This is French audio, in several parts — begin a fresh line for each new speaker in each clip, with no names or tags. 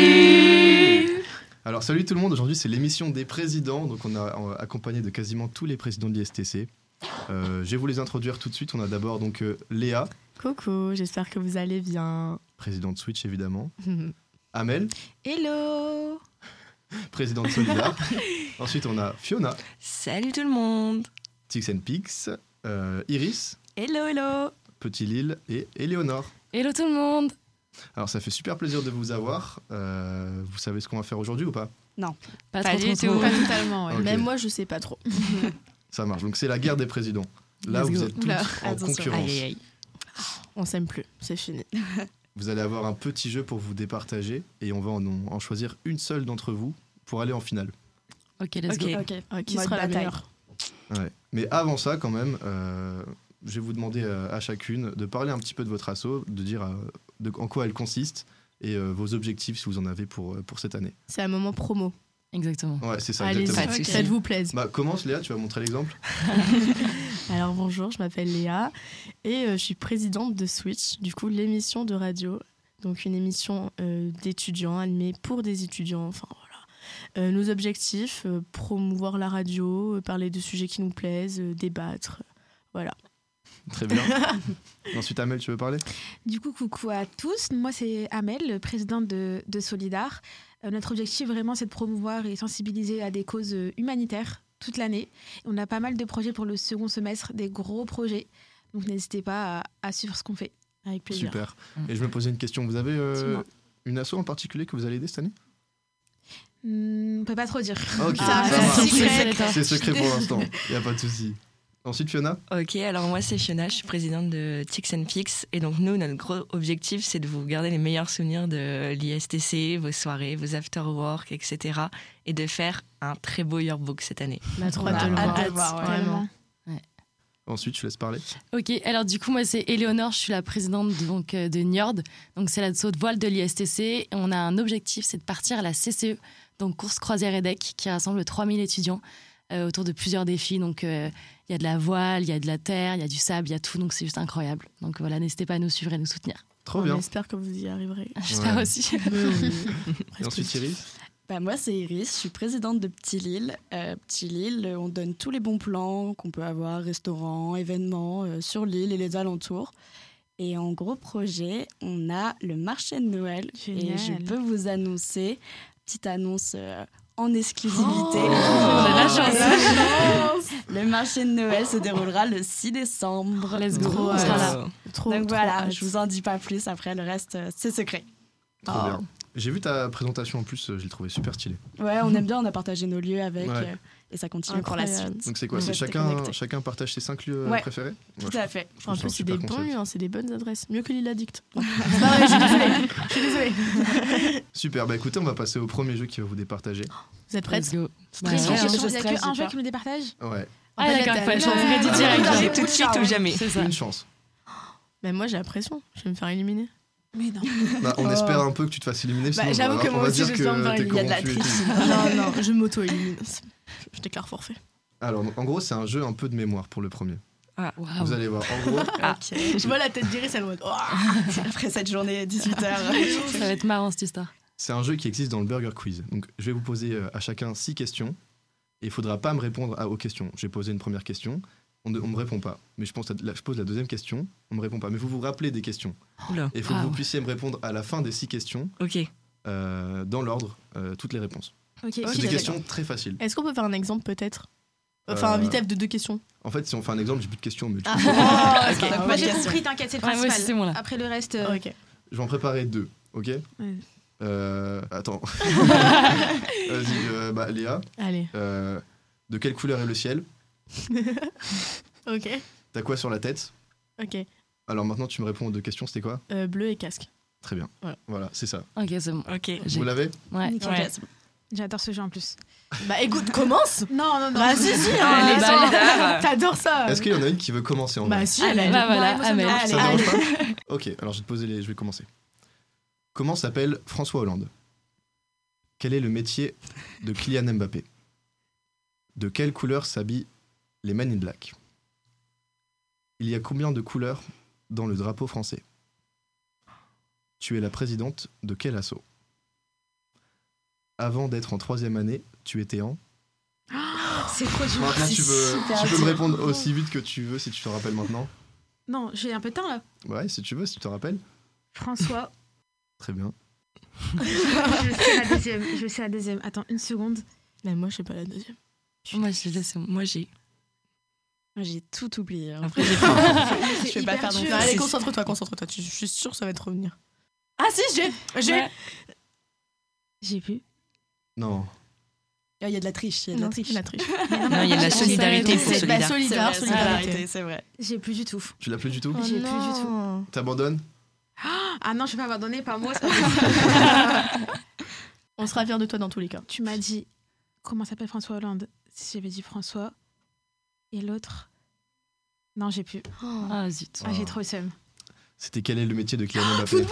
Salut
Alors salut tout le monde, aujourd'hui c'est l'émission des présidents, donc on a euh, accompagné de quasiment tous les présidents de l'ISTC. Euh, je vais vous les introduire tout de suite, on a d'abord donc euh, Léa,
Coucou, j'espère que vous allez bien.
présidente Switch évidemment, Amel,
Hello
présidente Solidar, ensuite on a Fiona,
Salut tout le monde
Tix and Pix, euh, Iris,
Hello, hello
Petit Lille et Éléonore.
Hello tout le monde
Alors ça fait super plaisir de vous avoir, Euh, vous savez ce qu'on va faire aujourd'hui ou pas
Pas,
Pas
trop,
du
trop,
tout.
trop.
Pas totalement, ouais.
Ok.
Même moi, je sais pas trop.
Ça marche, donc c'est la guerre des présidents. Là
Let's
vous
go.
êtes tous
Oula,
en
attention.
concurrence.
Aïe, aïe, aïe.
Ah, On s'aime plus, c'est fini.
Vous allez avoir un petit jeu pour vous départager et on va en, en choisir une seule d'entre vous pour aller en finale.
Ok, let's
Ok.
go.
Euh, qui
Mode
sera la
bataille.
meilleure
Ouais. Mais avant ça, quand même, euh, je vais vous demander euh, à chacune de parler un petit peu de votre asso, de dire euh, de- en quoi elle consiste et euh, vos objectifs si vous en avez pour, euh, pour cette année.
C'est un moment promo.
Exactement.
Ouais, c'est ça,
Allez-y,
Pas
exactement.
de
que
soucis.
ça vous plaise.
Bah, commence Léa, tu vas montrer l'exemple.
Alors bonjour, je m'appelle Léa et euh, je suis présidente de Switch, du coup l'émission de radio, donc une émission euh, d'étudiants animée pour des étudiants. Enfin voilà. Euh, nos objectifs euh, promouvoir la radio, euh, parler de sujets qui nous plaisent, euh, débattre.
Très bien. Ensuite, Amel, tu veux parler
Du coup, coucou à tous. Moi, c'est Amel, présidente de, de Solidar. Euh, notre objectif, vraiment, c'est de promouvoir et sensibiliser à des causes euh, humanitaires toute l'année. On a pas mal de projets pour le second semestre, des gros projets. Donc, n'hésitez pas à, à suivre ce qu'on fait.
Avec plaisir.
Super.
Mm.
Et je me posais une question. Vous avez euh,
Dis-moi.
une asso en particulier que vous allez aider cette année
Hmm, on peut pas trop dire.
Ok,
Ah,
ça
c'est
marche.
secret.
C'est secret pour l'instant. Il a pas de souci. Ensuite, Fiona
Ok, alors moi c'est Fiona, je suis présidente de Tix and Fix. Et donc nous, notre gros objectif, c'est de vous garder les meilleurs souvenirs de l'ISTC, vos soirées, vos after-work, etc. Et de faire un très beau yearbook cette année.
On a trop
Voilà.
hâte de le
Hâte
voir.
de
le voir, ouais.
Vraiment.
Ensuite, je laisse parler.
Oh.
Ok, alors du coup, moi c'est Éléonore, je suis la présidente donc, euh, de Niord, donc c'est la saute voile de l'ISTC. Et On a un objectif, c'est de partir à la CCE, donc course croisière et deck, qui rassemble 3000 étudiants euh, autour de plusieurs défis. Donc euh, il y a de la voile, il y a de la terre, il y a du sable, il y a tout, donc c'est juste incroyable. Donc voilà, n'hésitez pas à nous suivre et nous soutenir.
Trop
On
bien.
espère que vous y arriverez.
Ah, J'espère
Ouais.
aussi.
Et ensuite, Iris
Bah, moi, c'est Iris, je suis présidente de Petit Lille. Euh, Petit Lille, euh, on donne tous les bons plans qu'on peut avoir, restaurants, événements, euh, sur l'île et les alentours. Et en gros projet, on a le marché de Noël. Et
Génial.
je peux vous annoncer, petite annonce euh, en exclusivité. Oh,
J'ai Oh, la chance.
le marché de Noël se déroulera le 6 décembre.
Let's go.
Trop
On
hâte.
sera là.
Wow.
Trop,
Donc
trop
voilà,
hâte.
je vous en dis pas plus. Après, le reste, euh, c'est secret.
Trop
Ah.
bien. J'ai vu ta présentation en plus, euh, je l'ai trouvé super stylée.
Ouais, on aime bien, on a partagé nos lieux avec.
Ouais.
euh, et ça continue pour la suite.
Incroyable.
Donc c'est quoi
On
C'est
va se
chacun,
déconnecter.
chacun partage ses 5 lieux euh,
Ouais.
préférés
Tout
Ouais,
à fait.
je
En
trouve ça un
plus, c'est
super
des bons
concept.
lieux, hein, c'est des bonnes adresses. Mieux que l'île addict. C'est pas vrai, je suis désolée. Je suis désolée.
Super, bah écoutez, on va passer au premier jeu qui va vous départager.
Oh,
Vous êtes prêtes
Let's go.
Très
Ouais,
sûre,
ouais.
j'ai
je
changé. Il n'y a
stresse,
qu'un
j'ai
jeu
peur.
qui nous départage
Ouais,
Ah d'accord, il fallait
Ouais.
changer
Ouais.
direct.
Tout de suite ou jamais.
C'est ça.
une chance.
Mais moi, j'ai la pression. Je vais me faire éliminer. Bah,
Mais non.
Bah, on
Oh.
espère un peu que tu te fasses éliminer, sinon
j'avoue
on va,
que
on
moi
va
aussi,
dire
je
que
sens me faire
t'es
éliminer.
Il y a de la
corrompu et tout.
triche.
Non, non, je m'auto-élimine. C'est- Je déclare forfait.
Alors, en gros, c'est un jeu un peu de mémoire pour le premier.
Ah,
Ah,
Waouh.
Vous allez voir. En gros,
Ok.
Je vois la tête d'Iris, elle me dit Ouah.
Après cette journée, 18h.
Ça va être marrant cette histoire.
c'est un jeu qui existe dans le Burger Quiz. Donc, je vais vous poser euh, à chacun 6 questions. Et il faudra pas me répondre à- aux questions. J'ai posé une première question. On ne on me répond pas. Mais je, pense à- là, je pose la deuxième question. On me répond pas. Mais vous vous rappelez des questions.
Oula.
Et il faut que
Ah
vous
ouais.
puissiez me répondre à la fin des six questions,
Ok.
euh, dans l'ordre, euh, toutes les réponses.
Ok.
C'est des
d'accord.
questions très faciles.
Est-ce qu'on peut faire un exemple peut-être Enfin,
Euh,
un vitef de deux questions.
En fait, si on fait un exemple, j'ai plus de questions, mais du
Ah. Oh,
coup,
Ok.
Moi, j'ai compris, t'inquiète, c'est le
Ouais, moi aussi,
principal.
c'est bon là.
Après le reste. euh,
ok.
je vais en préparer deux, ok
Ouais.
Euh, Attends. Vas-y, euh, bah, Léa,
Allez.
euh, de quelle couleur est le ciel
Ok.
T'as quoi sur la tête
Ok.
Alors maintenant, tu me réponds aux deux questions, c'était quoi
Euh, bleu et casque.
Très bien.
Voilà.
c'est ça.
Ok, c'est bon.
Ok.
Vous
J'ai-
l'avez
Ouais.
nickel.
Ouais.
J'adore ce jeu en plus.
Bah écoute, commence
Non, non, non.
Bah si, si hein,
Allez,
les
bah,
gens,
Solidar.
T'adores ça
Est-ce qu'il y en a une qui veut commencer en vrai
Bah si, elle
Bah voilà,
Ouais, moi, ça me
Amel.
dérange
Ça
pas.
te dérange pas Ok, alors je vais te poser les. Je vais commencer. Comment s'appelle François Hollande Quel est le métier de Kylian Mbappé De quelle couleur s'habillent les Men in Black Il y a combien de couleurs dans le drapeau français Tu es la présidente de quel assaut avant d'être en troisième année, tu étais en
Oh, C'est trop dur.
Maintenant,
Ah, C'est
tu peux,
super
tu peux
dur.
me répondre aussi vite que tu veux si tu te rappelles maintenant.
Non, j'ai un peu de temps là.
Ouais, si tu veux, si tu te rappelles.
François.
Très bien.
je sais la deuxième. Je sais la deuxième. Attends, une seconde.
Mais moi, je sais pas la deuxième.
Moi, je laisse.
Moi, j'ai.
J'ai tout oublié. hein.
Après, j'ai
C'est
Je vais pas
hyper
faire non
dur.
plus.
Non, allez,
C'est-
concentre-toi, concentre-toi. Tu- Je suis sûre que ça va te revenir. Ah si, j'ai J'ai
Ouais.
J'ai plus.
Non.
Ah, Il y a de la triche, il y a de la
Non,
triche.
c'est la triche.
Non, il y a de la
On sait,
solidarité
donc
pour
c'est-
bah,
solidaire.
C'est
Solidaire,
vrai,
solidarité.
c'est vrai.
J'ai plus du tout. Oh
Tu l'as plus du tout
Oh
J'ai plus du tout.
non.
T'abandonnes
Ah non, je vais pas abandonner par moi.
On sera fiers de toi dans tous les cas.
tu m'as dit comment s'appelle François Hollande. Si j'avais dit François et l'autre. Non, j'ai plus.
Oh.
Ah zut.
Ah, j'ai trop le seum.
C'était quel est le métier de
Ah,
Kylian Mbappé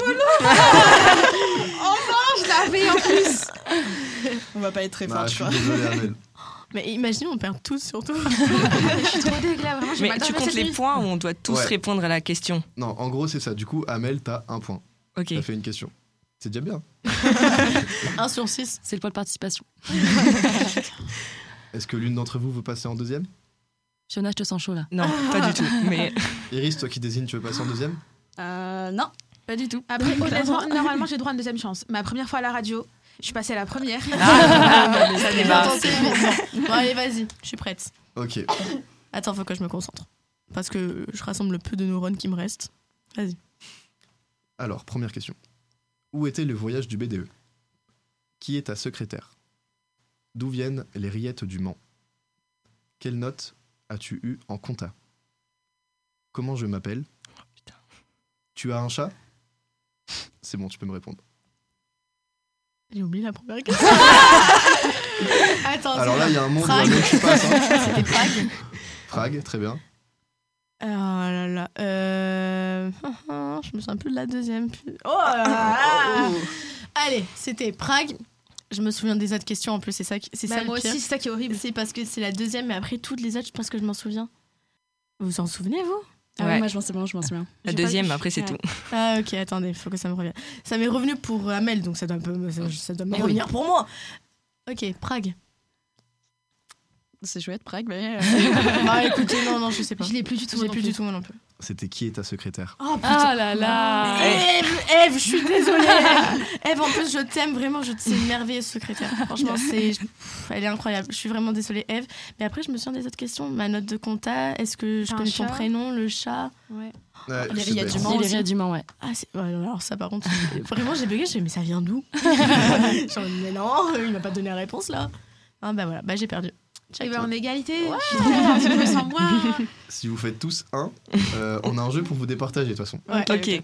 Oh, Je l'avais en plus.
On va pas être très fort,
Bah, Je
je
suis
crois.
désolé, Amel.
Mais imaginez, on perd tous surtout.
je suis trop dégueu, là, vraiment. j'ai
Mais
mal
tu
dormi
comptes
cette
les
nuit.
points où on doit tous
Ouais.
répondre à la question.
Non, en gros, c'est ça. Du coup, Amel, t'as un point.
Ok.
T'as fait une question. C'est déjà bien.
1 sur 6.
C'est le point de participation.
Est-ce que l'une d'entre vous veut passer en deuxième
Fiona, je te sens chaud là.
Non, pas du tout. Mais
Iris, toi qui désignes, tu veux passer en deuxième
Euh, non,
Pas du tout.
Après, honnêtement, normalement, j'ai droit à une deuxième chance. Ma première fois à la radio, je suis passée à la première.
Ah,
ça débat.
Attends, c'est bon. Bon, allez, vas-y, je suis prête.
Ok.
Attends, faut que je me concentre. Parce que je rassemble le peu de neurones qui me restent.
Alors, première question. Où était le voyage du BDE Qui est ta secrétaire D'où viennent les rillettes du Mans Quelle note as-tu eu en compta Comment je m'appelle
Putain.
Tu as un chat C'est bon, tu peux me répondre.
J'ai oublié la première question. Attends,
Alors
c'est
là,
bon.
il y a un monde où un
Prague.
mec qui passe. hein.
C'était Prague.
Prague, très bien.
Ah là là. Euh... Je me souviens plus de la deuxième. Oh
Ah.
Allez, c'était Prague. Je me souviens des autres questions en plus, c'est ça, qui- c'est
Bah,
ça
moi
le pire.
aussi, c'est ça qui est horrible.
C'est parce que c'est la deuxième, mais après toutes les autres, je pense que je m'en souviens. Vous vous en souvenez, vous
Ah oui,
Ouais.
moi je m'en souviens, je m'en souviens.
La
J'ai
deuxième,
pas-
après, c'est
Ouais.
tout.
Ah, ok, attendez, faut que ça me revienne. Ça m'est revenu pour Amel, donc ça doit, un peu- ça, ça doit me
Mais
revenir pour moi. Ok, Prague.
C'est chouette, Prague, mais. euh,
bah écoutez, non, non, je sais pas.
Je l'ai plus du tout.
J'ai
moi non
plus du tout, moi non plus.
C'était qui est ta secrétaire
Oh
Ah là là.
Eve, Eve, je suis désolée. Eve. Eve, en plus, je t'aime vraiment. Je c'est une merveilleuse secrétaire. Franchement, c'est, je- pff, elle est incroyable. Je suis vraiment désolée, Eve. Mais après, je me souviens des autres questions. Ma note de compta, est-ce que je
T'as un
connais ton
chat
prénom, le chat
Ouais.
Ouais,
les
c'est
rillettes
bête.
du Mans.
Il
aussi.
est du Mans, ouais.
Ah, c'est... ouais, alors ça, par contre, c'est- vraiment, j'ai bugué. Je fais, mais ça vient d'où Genre, mais non, il m'a pas donné la réponse là. Ah bah voilà, bah j'ai perdu.
Et
Check.
ben, en égalité, je suis trop contente, je me sens moins.
Si vous faites tous un, euh, on a un jeu pour vous départager de toute façon.
Ouais.
Ok.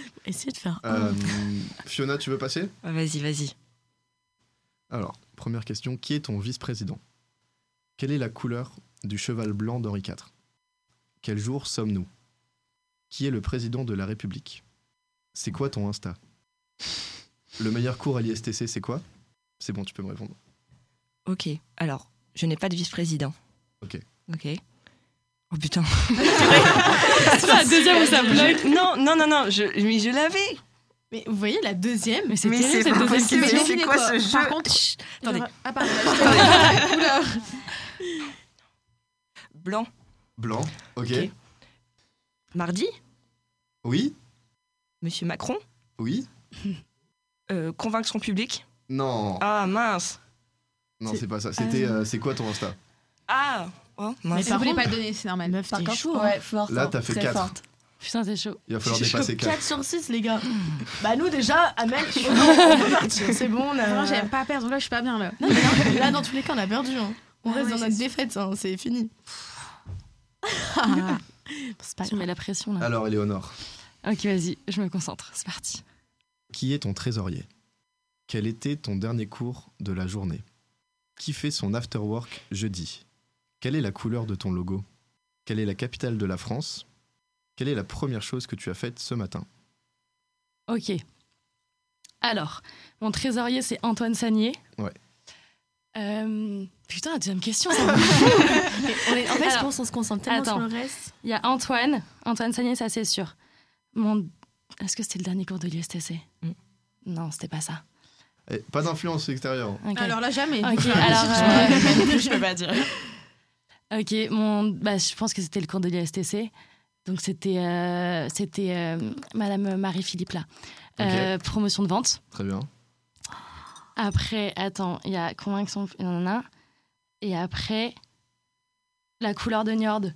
Essayez de faire. un.
Euh, Fiona, tu veux passer
Ah, Vas-y, vas-y.
Alors, première question, qui est ton vice-président Quelle est la couleur du cheval blanc d'Henri IV Quel jour sommes-nous Qui est le président de la République C'est quoi ton Insta Le meilleur cours à l'ISTC, c'est quoi C'est bon, tu peux me répondre.
Ok. Alors, je n'ai pas de vice-président.
Ok.
Ok. Oh putain.
C'est la deuxième où ça bloque.
Je- Non, non, non, non. Je, mais je l'avais.
Mais vous voyez la deuxième.
Mais c'est
Mais
terrible
c'est
cette
pas
deuxième
possible.
question.
c'est
Devinez
quoi ce
Par
jeu
contre,
Chut, attendez.
j'aurais- Ah, pardon, là, je t'ai- Oula.
Blanc.
Blanc, ok.
Ok. Mardi.
Oui
Monsieur Macron.
Oui
Euh, convaincre son public.
Non,
Ah mince.
non,
c'est-
c'est pas ça. C'était, euh, c'est quoi ton Insta
Ah. Oh, mince.
Mais
Je
par
voulais
contre-
pas le donner, c'est normal.
Meuf, t'es chaud. hein.
Ouais, forte.
Là,
hein,
t'as fait
très
quatre.
forte.
Putain, t'es chaud.
Il va falloir dépasser 4.
4 sur 6, les gars. bah, nous, déjà, Amel, on peut partir. C'est bon, on a.
Vraiment, j'aime pas perdre. Là, je suis pas bien là.
Non, mais là, là, dans tous les cas, on a perdu. hein. On
Ah
reste
ouais,
dans
c'est
notre
sûr.
défaite, hein, c'est fini. c'est pas
Tu mets la pression là.
Alors, Éléonore,
Ok, vas-y, je me concentre. C'est parti.
Qui est ton trésorier Quel était ton dernier cours de la journée Qui fait son afterwork jeudi Quelle est la couleur de ton logo Quelle est la capitale de la France Quelle est la première chose que tu as faite ce matin
Ok. Alors, mon trésorier, c'est Antoine Sagnier.
Ouais.
Euh, putain, la deuxième question. ça.
En fait, je
Alors,
pense qu'on se concentre tellement
attends.
sur le reste.
Il y a Antoine. Antoine Sagnier, ça c'est sûr. Mon... Est-ce que c'était le dernier cours de l'ISTC
Mm.
Non, c'était pas ça.
Eh, Pas d'influence extérieure.
Ok.
Alors là, jamais.
Ok,
Enfin,
alors,
je-
euh,
je peux pas dire.
Ok, mon, bah, je pense que c'était le cours de l'ISTC. Donc c'était euh, c'était euh, Madame Marie-Philippe là. Euh, promotion de vente.
Très bien.
Après, attends, il y a conviction, il y en a. Et après, la couleur de Niord.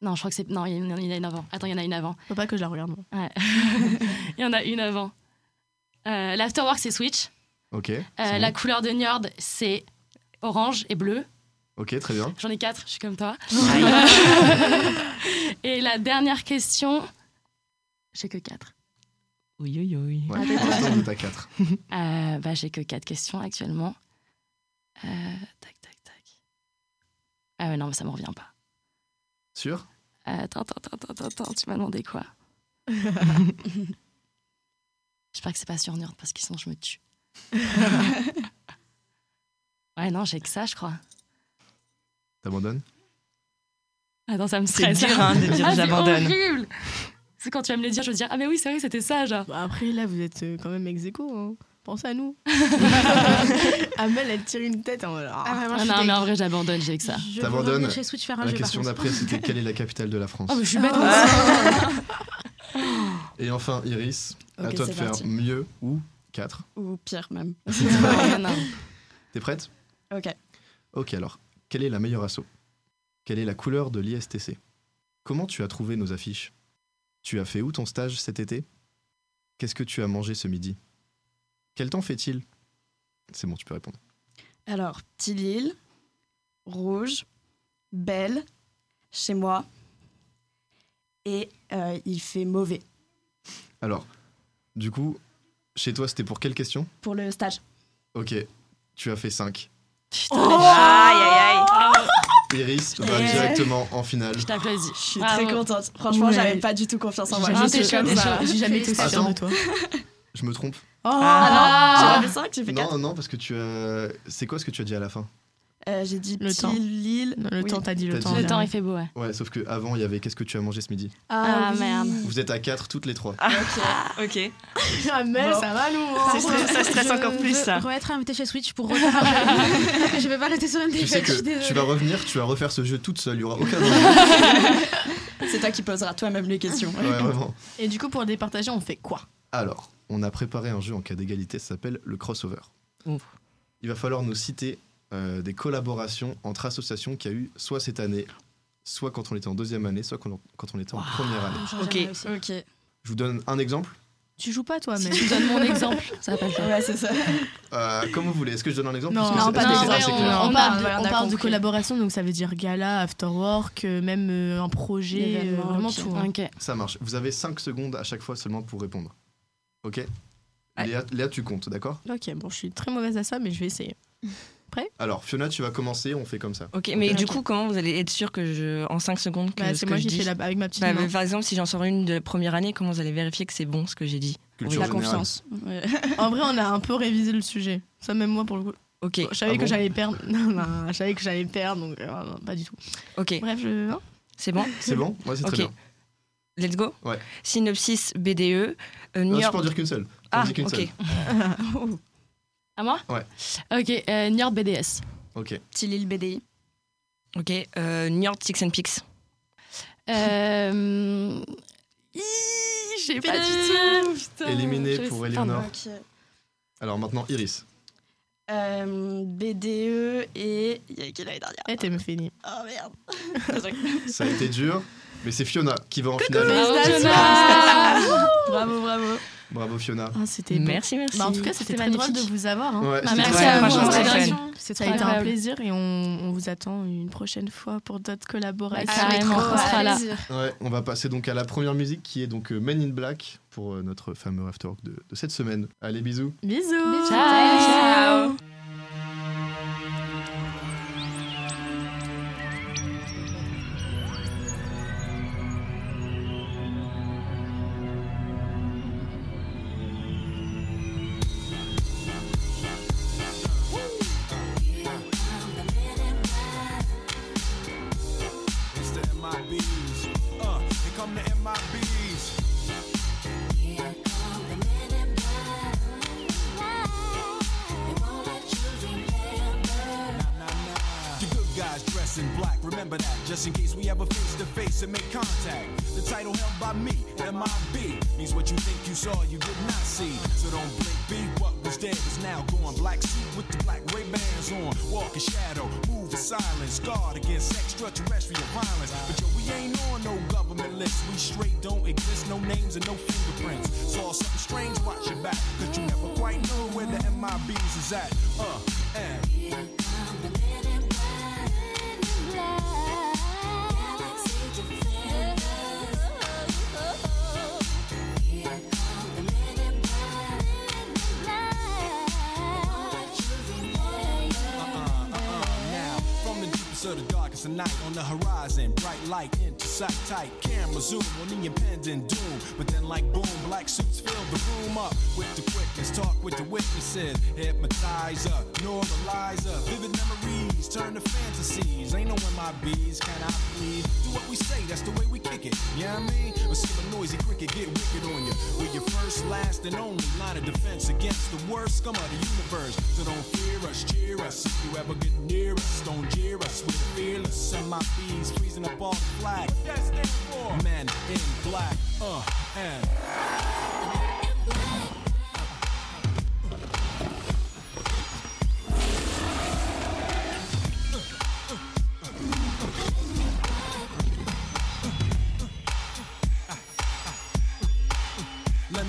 Non, je crois que c'est. Non, il y, en a- il y en a une avant. Attends, il y en a une avant.
Faut pas que je la regarde. moi.
Ouais. il y en a une avant. Euh, L'afterwork, c'est Switch.
Ok.
Euh,
c'est
la
bon.
couleur de Niord, c'est orange et bleu.
Ok, très bien.
J'en ai quatre, je suis comme toi. Et la dernière question. J'ai que quatre.
Oui, oui, oui.
Ah,
Ouais, pour l'instant, on est à 4.
Euh, bah, j'ai que quatre questions actuellement. Euh, tac, tac, tac. Ah ouais, non, mais ça me revient pas.
Sûr
Euh, Attends, attends, attends, attends, attends, tu m'as demandé quoi J'espère que c'est pas sur Nerd parce que sinon je me tue. ouais, non, j'ai que ça, je crois.
T'abandonnes
Attends, ça me
C'est
stresse.
dur hein, de dire
Ah, c'est
j'abandonne.
horrible C'est quand tu vas me le dire, je vais te dire Ah, mais oui, c'est vrai, c'était ça, genre.
Bah, après, là, vous êtes euh, quand même ex aequo, hein. Pensez à nous. Amel, elle tire une tête. hein, en
Ah, vraiment,
Ah
je suis
non,
deg.
mais en vrai, j'abandonne, j'ai que ça.
Je vais
T'abandonnes
revenir chez Switch faire un
La
jeu, par
question
contre.
d'après, c'était quelle est la capitale de la France
Oh, mais je suis bête.
Et enfin, Iris, à
Ok,
toi de
c'est
faire
parti.
mieux ou 4.
Ou pire même.
Non, non, non.
T'es prête
Ok.
Ok, alors, quelle est la meilleure asso Quelle est la couleur de l'ISTC Comment tu as trouvé nos affiches Tu as fait où ton stage cet été Qu'est-ce que tu as mangé ce midi Quel temps fait-il C'est bon, tu peux répondre.
Alors, Petit Lille, Rouge, Belle, chez moi. Et euh, il fait mauvais.
Alors, du coup, chez toi, c'était pour quelle question
Pour le stage.
Ok, tu as fait 5.
Putain,
Aïe, aïe, aïe.
Ah. Iris va
Yeah.
directement en finale.
je t'applaudis.
Je suis
Bravo.
très contente. Franchement,
Ouais.
j'avais pas du tout confiance en moi.
J'ai jamais
J'étais
été
comme
chaude,
ça.
chaude.
J'ai jamais été sûre de toi.
Je me trompe
Ah
Ah,
non, j'ai fait 5, j'ai fait 4.
Non, non, parce que tu as... C'est quoi ce que tu as dit à la fin
Euh, j'ai dit
Le
Petit
temps.
Lille.
Non, le
oui.
temps, t'as dit
T'as
le
dit
temps.
Le
là.
temps, il fait beau, ouais.
Ouais, sauf que avant il y avait qu'est-ce que tu as mangé ce midi
Ah,
oui. Ah.
merde.
Vous êtes à 4 toutes les trois.
Ok.
Ah. Ok.
Ah,
Amel,
Bon.
ça va, nous hein.
C'est stress- ça stresse
hein. Je
encore plus,
veux
ça.
Re-être invité chez Switch pour refaire un jeu. Je vais pas rester sur une
Tu sais
défaite, je suis
que
désolée.
tu vas revenir, tu vas refaire ce jeu toute seule, il y aura aucun danger.
C'est toi qui poseras toi-même les questions.
Ouais, vraiment.
Et du coup, pour départager, on fait quoi
Alors, on a préparé un jeu en cas d'égalité, ça s'appelle le crossover.
Ouf.
Il va falloir nous citer euh, des collaborations entre associations qu'il y a eu soit cette année, soit quand on était en deuxième année, soit quand on, quand on était en première année.
Genre,
Ok.
j'aimerais aussi.
Ok.
Je vous donne un exemple.
Tu joues pas, toi,
Si
Amel
tu donnes mon exemple, ça va pas le faire.
Ouais, c'est ça.
Euh, comme vous voulez, est-ce que je donne un exemple
Non,
Parce que
non,
c'est-
pas
est-ce que
des-
c'est
ouais,
assez
on-
clair
on- parle
on, parle
de-
de,
on
a compris.
collaboration, donc ça veut dire gala, after work, euh, même euh, un projet, euh,
L'événement,
vraiment
ok.
tout. hein.
Ok.
Ça marche. Vous avez 5 secondes à chaque fois seulement pour répondre. Ok
Ouais.
Léa, Léa, tu comptes, d'accord
Ok, bon, je suis très mauvaise à ça, mais je vais essayer.
Alors, Fiona, tu vas commencer, on fait comme ça. Ah,
Ok, mais
Ok.
du coup, comment vous allez être sûr que je. En 5 secondes, que
Bah,
ce
c'est
que
moi
je
qui
dis.
fais la- avec ma petite
Bah,
main.
mais par exemple, si j'en sors une de première année, comment vous allez vérifier que c'est bon ce que j'ai dit
Culture
la
générale.
confiance. Ouais.
En vrai, on a un peu révisé le sujet. Ça, même moi, pour le coup.
Ok,
Je savais
Ah
que
bon
j'allais perdre. Non, non, je savais que j'allais perdre, donc euh, non, pas du tout.
ok,
Bref, je. hein
c'est bon
C'est bon Ouais, c'est
Ok.
très bien.
Let's go
Ouais.
Synopsis
E.
BDE, euh, New
Non, c'est
York.
pour dire qu'une seule. Faut en
Ah,
dire qu'une
ok.
seule.
À moi
Ouais.
Ok, euh, Niort BDS.
Ok.
Petit Lille BDI.
Ok, euh, New York Six and Pix.
Euh... Ih, J'ai pas du tout. putain.
Éliminé
Je-
pour
pardon.
Eleanor.
Ah, Ok.
Alors maintenant, Iris.
Euh, BDE et. Il y a qui l'année dernière
Eh, t'es me fini.
Oh merde.
Ça a été dur, mais c'est Fiona qui va en finale.
Bravo,
Félicitations.
Jonas.
bravo, bravo.
Bravo, Fiona.
Ah, c'était. beau.
Merci, merci.
Bah, en tout cas,
C'était
c'était très drôle de
magnifique.
vous avoir. hein.
Ouais,
Bah,
c'était
merci
très
à vous,
bien.
franchement,
c'était
très
fun.
Ça
Trop
a été un
agréable.
plaisir et on, on vous attend une prochaine fois pour d'autres collaborations.
Ah,
Avec
carrément,
trop
on sera là.
plaisir.
Ouais, on va passer donc à la première musique qui est donc euh, Men in Black pour euh, notre fameux after Work de- de cette semaine. Allez, bisous.
Bisous.
Ciao.
Ciao.
It's the MIBs. Uh, here come the MIBs.
Here come the men in black.
dressed in black. Remember that, just in case we ever face to face and make contact. The title held by me, MIB, means what you think you saw, you did not see. So don't blink, be what was dead is now gone. Black suit with the black Ray Bans on. Walk in shadow, move in silence. Guard against extraterrestrial violence. But yo, we ain't on no government list. We straight don't exist, no names and no fingerprints. Saw something strange, watch your back. Cause you never quite know where the MIBs is at. Uh, and. Uh, now. From the deepest of the darkest of night on the horizon, bright light into sight tight. Camera zoom on the impending doom. But then, like boom, black suits fill the room up with the quickness. Talk with the witnesses, hypnotizer, normalizer. Vivid memories turn to fantasies. Ain't no MIBs, can I please? Do what we say, that's the way we kick it. Yeah, I mean, or see my noisy cricket get wicked on you. We're your first, last, and only line of defense against the worst scum of the universe. So don't fear us, cheer us. If you ever get near us, don't jeer us. We're fearless. And my bees freezing up all the flag. That's it for men in black. Uh, and. Let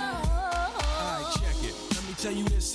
Alright, check it. Let me tell you this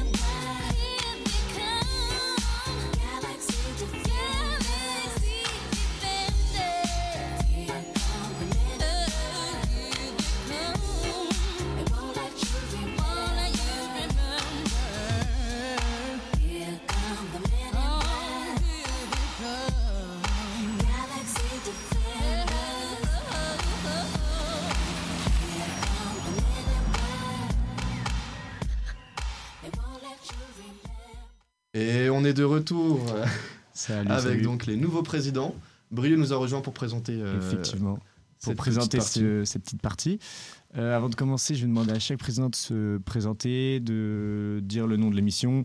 Et on est de retour euh,
Salut,
avec
salut.
donc les nouveaux présidents. Brieux nous a rejoint pour présenter. euh,
Effectivement. Pour
cette
présenter
petite
ce- cette petite partie. Euh, avant de commencer, je vais demander à chaque président de se présenter, de dire le nom de l'émission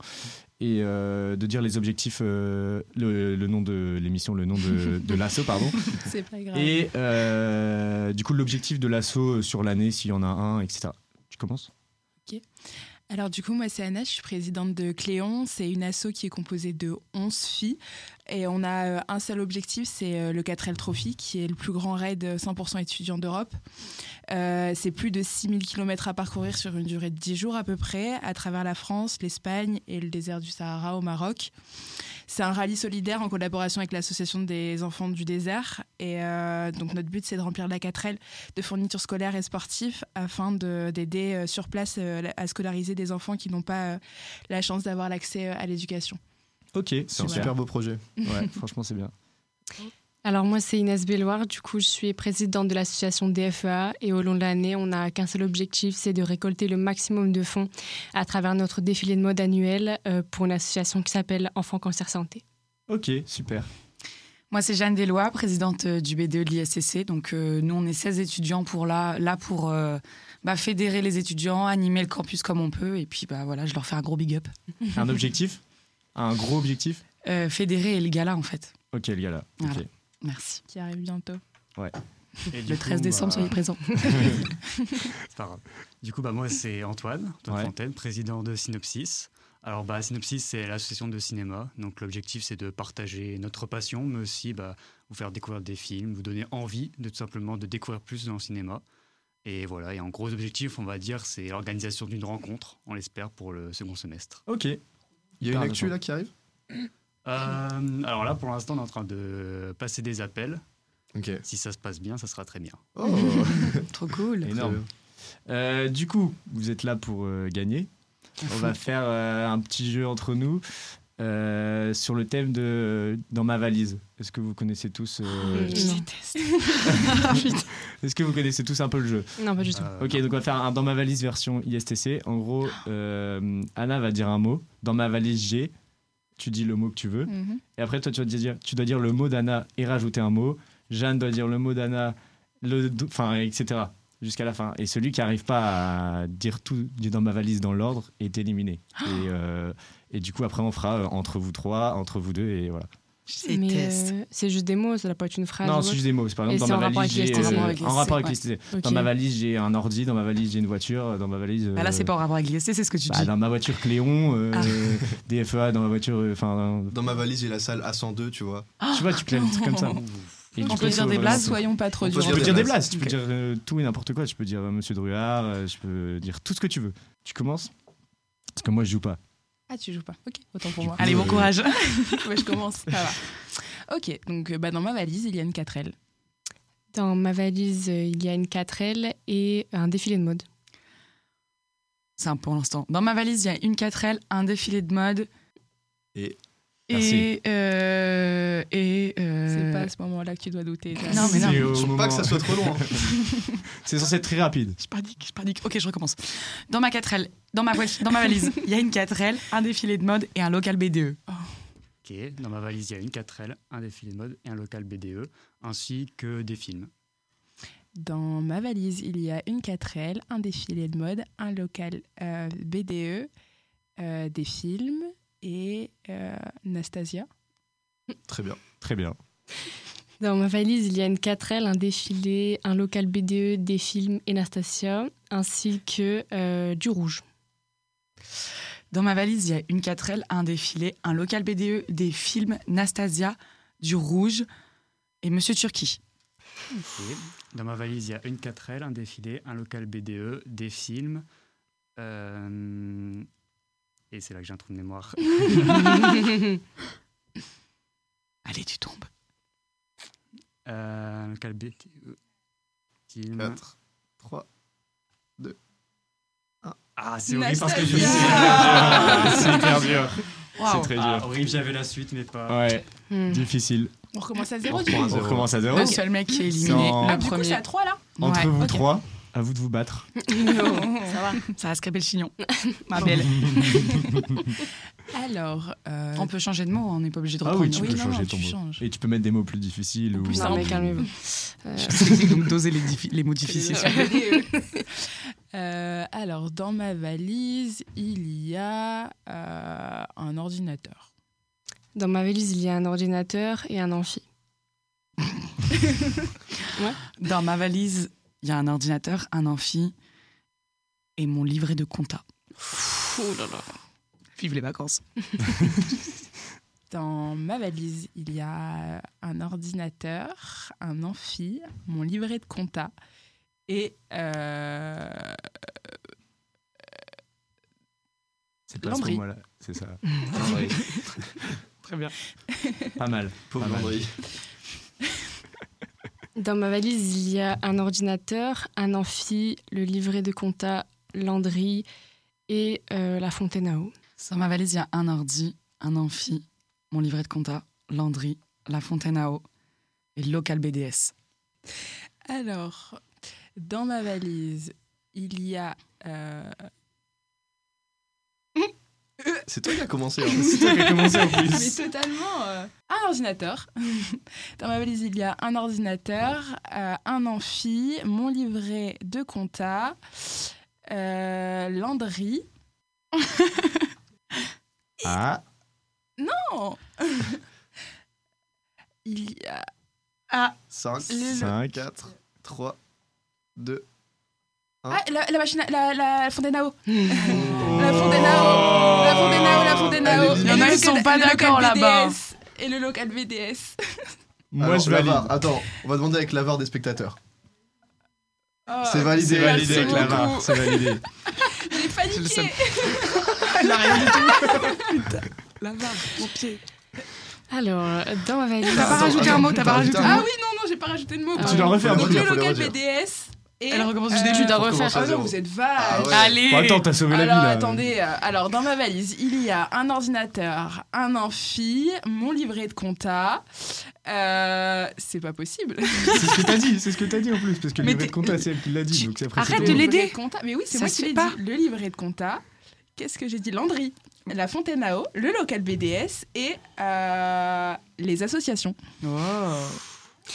et euh, de dire les objectifs, euh, le, le nom de l'émission, le nom de, de l'asso, pardon.
C'est pas grave.
Et euh, du coup, l'objectif de l'asso sur l'année, s'il y en a un, etc. Tu commences
Alors du coup, moi c'est Anna, je suis présidente de Cléon. C'est une asso qui est composée de 11 filles. Et on a euh, un seul objectif, c'est euh, le 4L Trophy, qui est le plus grand raid euh, 100% étudiant d'Europe. Euh, c'est plus de 6000 km à parcourir sur une durée de 10 jours à peu près, à travers la France, l'Espagne et le désert du Sahara au Maroc. C'est un rallye solidaire en collaboration avec l'association des enfants du désert. Et euh, donc notre but, c'est de remplir la 4L de fournitures scolaires et sportives afin de- d'aider euh, sur place euh, la- à scolariser des enfants qui n'ont pas euh, la chance d'avoir l'accès euh, à l'éducation.
Ok,
C'est un super beau projet.
Ouais, franchement, c'est bien.
Alors moi c'est Inès Belloir, du coup je suis présidente de l'association DFEA et au long de l'année on n'a qu'un seul objectif, c'est de récolter le maximum de fonds à travers notre défilé de mode annuel euh, pour une association qui s'appelle Enfants Cancer Santé.
Ok, super.
Moi, c'est Jeanne Deslois, présidente euh, du BDE de l'ISCC. Donc, euh, nous, on est 16 étudiants pour là, là pour euh, bah, fédérer les étudiants, animer le campus comme on peut. Et puis, bah, voilà, je leur fais un gros big up.
Un objectif Un gros objectif
Euh, fédérer et le gala, en fait.
Ok, le gars là. ok.
Voilà. Merci.
Qui arrive bientôt.
Et du
Le 13
coup,
décembre,
bah,
soyez présents.
C'est pas grave. Du coup, bah, moi, c'est Antoine, Antoine
Ouais.
Fontaine, président de Synopsis. Alors, bah, Synopsis, c'est l'association de cinéma. Donc, l'objectif, c'est de partager notre passion, mais aussi bah, vous faire découvrir des films, vous donner envie de tout simplement de découvrir plus dans le cinéma. Et voilà, et en gros objectif, on va dire, c'est l'organisation d'une rencontre, on l'espère, pour le second semestre.
Ok.
Il y a une actu là qui arrive
Euh, alors là, pour l'instant, on est en train de passer des appels. Si ça se passe bien, ça sera très bien.
Trop cool.
Énorme. Euh, du coup, vous êtes là pour euh, gagner. On va faire euh, un petit jeu entre nous euh, sur le thème de euh, Dans ma valise. Est-ce que vous connaissez tous euh,
Je
Est-ce que vous connaissez tous un peu le jeu
Non, pas du tout.
ok, donc on va faire un Dans ma valise version ISTC. En gros, euh, Anna va dire un mot. Dans ma valise, j'ai. Tu dis le mot que tu veux.
Mhm.
Et après, toi, tu dois dire, tu dois dire le mot d'Anna et rajouter un mot. Jeanne doit dire le mot d'Anna, le, enfin, etc. Jusqu'à la fin. Et celui qui n'arrive pas à dire tout dire dans ma valise dans l'ordre est éliminé. Et, euh, et du coup, après, on fera euh, entre vous trois, entre vous deux, et voilà.
Mais, euh, c'est juste des mots, ça doit pas être une phrase.
non,
ou
c'est
autre.
juste des mots. C'est Par
Et
exemple,
c'est
dans
en
ma
rapport
valise,
avec
j'ai,
les
euh,
STC,
en rapport avec
ouais.
les STC.
Ok.
Dans ma valise, j'ai un ordi. Dans ma valise, j'ai une voiture. Dans ma valise.
Bah là, c'est
euh,
pas en rapport avec l'IST, c'est ce que tu
bah,
dis.
dans ma voiture Cléon, euh,
Ah.
DFEA, dans ma voiture. euh, Enfin,
Dans ma valise, j'ai la salle A102, tu vois.
tu vois, tu planes des trucs comme ça. Et
On
du
peut dire
coup, faut
des
vraiment-
blagues, soyons pas trop
Tu
durs.
peux dire des blagues, tu peux dire euh, tout et n'importe quoi. Tu peux dire euh, Monsieur Druard, euh, je peux dire tout ce que tu veux. Tu commences Parce que moi, je joue pas.
Ah, tu joues pas. Ok, autant pour
Du
moi.
coup, Allez, bon euh, courage.
ouais, je commence. Ça va. Ok, donc euh, bah, dans ma valise, il y a une 4L.
Dans ma valise, euh, il y a une 4L et un défilé de mode.
C'est un pour l'instant. Dans ma valise, il y a une 4L, un défilé de mode.
Et.
Et. euh, et.
C'est
euh,
pas à ce moment-là que tu dois douter. toi.
Non, mais non.
C'est au
Je trouve
moment-
pas que ça soit trop long. hein.
C'est censé être très rapide.
Je panique, je panique. Ok, je recommence. Dans ma 4L, dans ma, voil- dans ma valise, il y a une 4L, un défilé de mode et un local E. BDE.
Oh.
Ok, dans ma valise, il y a une 4L, un défilé de mode et un local BDE, ainsi que des films.
Dans ma valise, il y a une 4L, un défilé de mode, un local euh, BDE, euh, des films et euh, Nastasia.
Très bien.
Très bien.
Dans ma valise, il y a une 4L, un défilé, un local BDE, des films et Nastasia, ainsi que euh, du rouge.
Dans ma valise, il y a une 4L, un défilé, un local BDE, des films, Nastasia, du rouge et Monsieur Turki.
Ok. Dans ma valise, il y a une 4L, un défilé, un local BDE, des films. euh, Et c'est là que j'ai un trou de mémoire.
Allez, tu tombes.
Euh, local BDE. Film.
4, 3, 2, 1.
Ah, c'est horrible parce que je
Anastasia
C'est hyper dur.
Waouh.
C'est très
Ah,
dur.
horrible, j'avais la suite, mais pas.
Ouais,
Hmm.
difficile.
On recommence à
On
zéro du
reprend
coup.
à zéro.
On recommence à zéro.
Le seul mec qui est éliminé,
Sans-
Ah,
le
du coup, c'est
premier.
à 3 là
Entre
Ouais,
vous
ok.
trois, à vous de vous battre.
Ça va.
Ça va se crêper le chignon. Ma belle.
Alors, euh,
On peut changer de mot, on n'est pas obligé de
Ah
reprendre.
oui, tu
oui,
peux
non,
changer
non,
ton
tu
mot.
changes.
Et tu peux mettre des mots plus difficiles. ou...
Non, mais calmez-vous. Euh,
Donc doser les, diffi- les mots difficiles.
Euh, alors, dans ma valise, il y a euh, un ordinateur.
dans ma valise, il y a un ordinateur et un amphi.
Dans ma valise, il y a un ordinateur, un amphi et mon livret de compta. Vive les vacances.
Dans ma valise, il y a un ordinateur, un amphi, mon livret de compta et euh,
C'est pas
Lambris.
ce mot-là. C'est ça.
Très bien.
Pas mal.
Pauvre
Pas mal.
Landry.
Dans ma valise, il y a un ordinateur, un amphi, le livret de compta, Landry et euh, la fontaine à eau.
Dans ma valise, il y a un ordi, un amphi, mon livret de compta, Landry, la fontaine à eau et le local BDS.
alors dans ma valise, il y a euh,
C'est toi qui as commencé. hein.
C'est toi qui as commencé en
mais
plus.
totalement euh, un ordinateur. Dans ma valise, il y a un ordinateur, euh, un amphi, mon livret de compta, euh, Landry.
Ah,
Non. il y a
5,
Le-
5,
4, 3, 2.
ah, la, la machine, à- la, la fontaine à eau. La fontaine à eau. La fontaine à eau, la fontaine à eau.
Elle est Il y en a
Et le
qui sont
local-
pas
le local
d'accord là-bas.
BDS. Et le local BDS.
Moi, je
l'avare.
valide.
Attends, on va demander avec l'avare des spectateurs.
Ah,
C'est validé.
C'est validé
Merci
avec la
beaucoup.
barre, c'est validé.
J'ai paniqué.
Elle a rien dit. Putain, la barre, mon pied.
Alors, euh, dans ma valise.
T'as pas rajouté un mot, t'as pas rajouté un
Ah
mot.
oui,
non, non, j'ai pas rajouté de mot.
Ah, tu dois refaire,
Milieu
Julia, faut le
local
redire.
BDS. Et
Elle recommence du début, tu dois
faut
refaire.
recommencer
Ah
à
non,
zéro.
vous êtes
vache.
Ah ouais. Allez. Bon, attends, t'as sauvé la
Alors,
vie, là.
attendez, euh, alors dans ma valise, il y a un ordinateur, un amphi, mon livret de compta. Euh, c'est pas possible.
C'est ce que t'as dit, c'est ce que t'as dit en plus, parce que le livret de compta, c'est elle qui l'a dit. donc c'est après, c'est
Arrête
toi.
de l'aider. Mais oui, c'est
Ça
moi
se
qui
fait
l'ai
pas.
dit. Le livret de compta. Qu'est-ce que j'ai dit Landry, la Fontaine à eau, le local BDS et euh, les associations.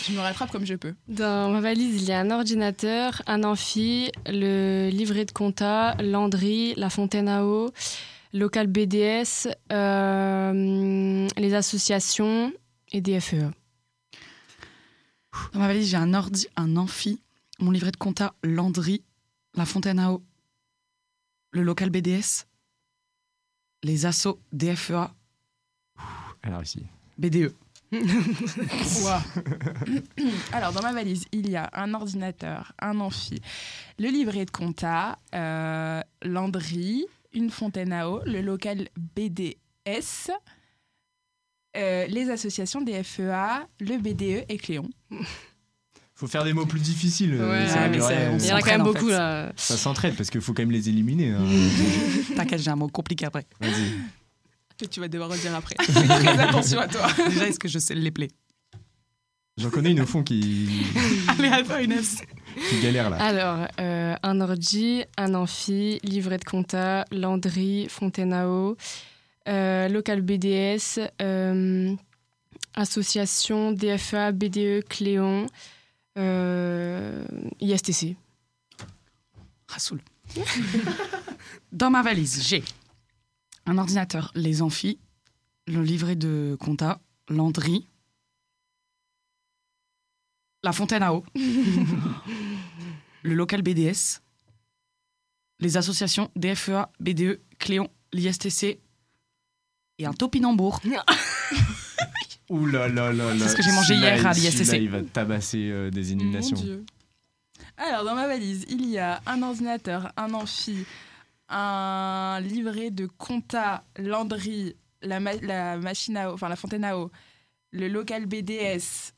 Je me rattrape comme je peux.
Dans ma valise, il y a un ordinateur, un amphi, le livret de compta, Landry, la fontaine à eau, local BDS, euh, les associations et E des FEE.
Dans ma valise, j'ai un ordi, un amphi, mon livret de compta Landry, la fontaine à eau, le local BDS, les assos E DFEA,
Alors ici.
BDE.
Ouah. Alors, dans ma valise, il y a un ordinateur, un amphi, le livret de compta, euh, Landry, une fontaine à eau, le local BDS, euh, les associations des FEA, le BDE et Cléon.
Faut faire des mots plus difficiles. euh,
Ouais,
ça
mais
durait,
ça-
euh,
il y en a quand même
s'entraide,
beaucoup,
fait.
là.
Ça s'entraide parce qu'il faut quand même les éliminer. hein.
T'inquiète, j'ai un mot compliqué après.
Vas-y.
Que tu vas devoir redire après. Fais très attention à toi.
Déjà, est-ce que je sais les plaies
J'en connais une au fond qui,
Allez, à toi, Inès.
qui galère là.
Alors, euh, un ordi, un amphi, livret de compta, Landry, fontaine à eau, euh, local BDS, euh, association DFA, BDE, E, Cléon, euh, ISTC.
Rassoul. Dans ma valise, j'ai un ordinateur, les amphis, le livret de compta, Landry, la fontaine à eau, le local BDS, les associations E DFEA, BDE, Cléon, l'ISTC et un topinambour.
Ouh là là là là.
C'est ce que j'ai mangé
Celui-là,
hier à
il-
l'ISSC.
celui-là, il va tabasser euh, des éliminations.
Mon Dieu. Alors, dans ma valise, il y a un ordinateur, un amphi, un livret de compta, Landry, la, ma- la machine à eau, enfin la fontaine à eau, le local BDS,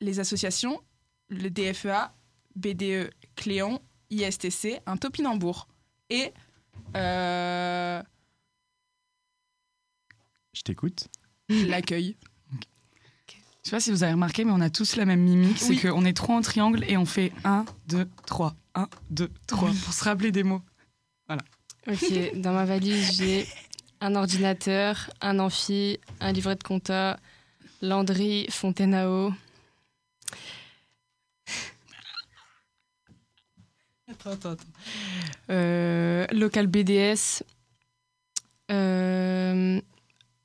les associations, le E DFEA, BDE, E, Cléon, ISTC, un topinambour. Et. euh,
Je t'écoute.
l'accueil.
Je sais pas si vous avez remarqué, mais on a tous la même mimique. C'est
Oui.
qu'on est trois en triangle et on fait 1, 2, 3. 1, 2, 3 pour se rappeler des mots. Voilà.
Ok, dans ma valise, j'ai un ordinateur, un amphi, un livret de compta, Landry, fontaine à eau.
Attends, attends, attends.
Euh, local BDS, euh,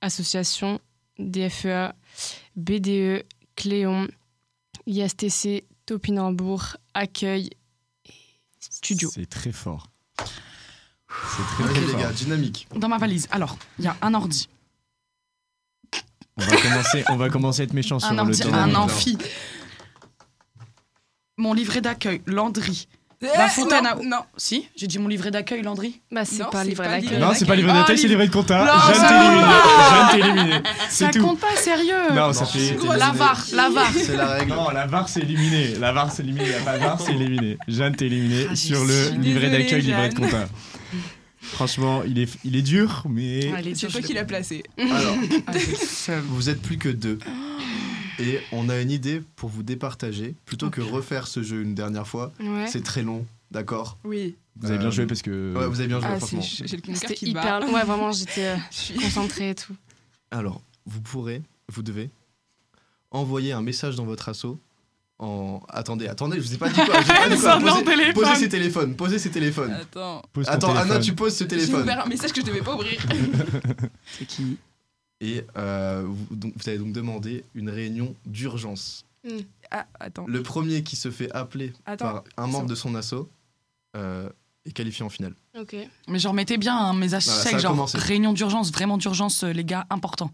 association E DFEA, BDE, E, Cléon, ISTC, Topinambour, accueil, studio.
C'est très fort. C'est très,
Ok
très
les
fort.
gars, dynamique.
Dans ma valise, alors, il y a un ordi,
On va commencer, on va commencer à être méchant sur
un,
le
ordi,
temps.
un amphi, mon livret d'accueil, Landry. La
Eh,
fontaine
non,
à... Non, si, j'ai dit mon livret d'accueil, Landry.
Bah,
c'est
pas le livret d'accueil.
Non, c'est pas livre
Ah,
d'accueil, c'est livre de compta.
Non,
Jeanne
ça
t'es
va
éliminée.
pas.
Jeanne t'es éliminée. C'est
Ça
tout.
compte pas, sérieux
Non, ça fait.
Gros, La VAR, la VAR.
C'est la règle.
Non, la VAR c'est éliminé. La VAR c'est éliminé. La pas de VAR c'est éliminé. Jeanne t'es éliminée
Ah,
sur
j'ai-
le
je suis
livret
désolée,
d'accueil, livret de
Jeanne.
compta. Franchement, il est, il est dur, mais.
C'est toi qui l'as placé.
Alors,
Alors,
vous êtes plus que deux. Et on a une idée pour vous départager. Plutôt que refaire ce jeu une dernière fois,
Ouais.
c'est très long, d'accord
Oui.
Vous avez bien
Euh,
joué parce que.
Ouais, vous avez bien joué,
Ah, c'est-
franchement.
j'ai j'ai le cœur
C'était
qui bat.
hyper long. Ouais, vraiment, j'étais euh,
Je suis-
concentrée et tout.
Alors, vous pourrez, vous devez envoyer un message dans votre assaut en. Attendez, attendez, je vous ai pas dit quoi. j'ai pas dit quoi.
Sonore
Posez,
téléphone.
posez ces téléphones, posez ces téléphones.
Attends.
Pose ton
Attends, Anna,
téléphone.
tu poses ce
J'ai
téléphone.
ouvert un message que je devais pas ouvrir.
C'est qui
Et euh, vous, donc, vous allez donc demander une réunion d'urgence.
Ah, attends.
Le premier qui se fait appeler
Attends.
par un membre de son assaut euh, est qualifié en finale.
Ok.
Mais genre, mettez bien hein, mes
Voilà,
assiettes,
ça a
genre,
commencé.
réunion d'urgence, vraiment d'urgence, euh, les gars, important.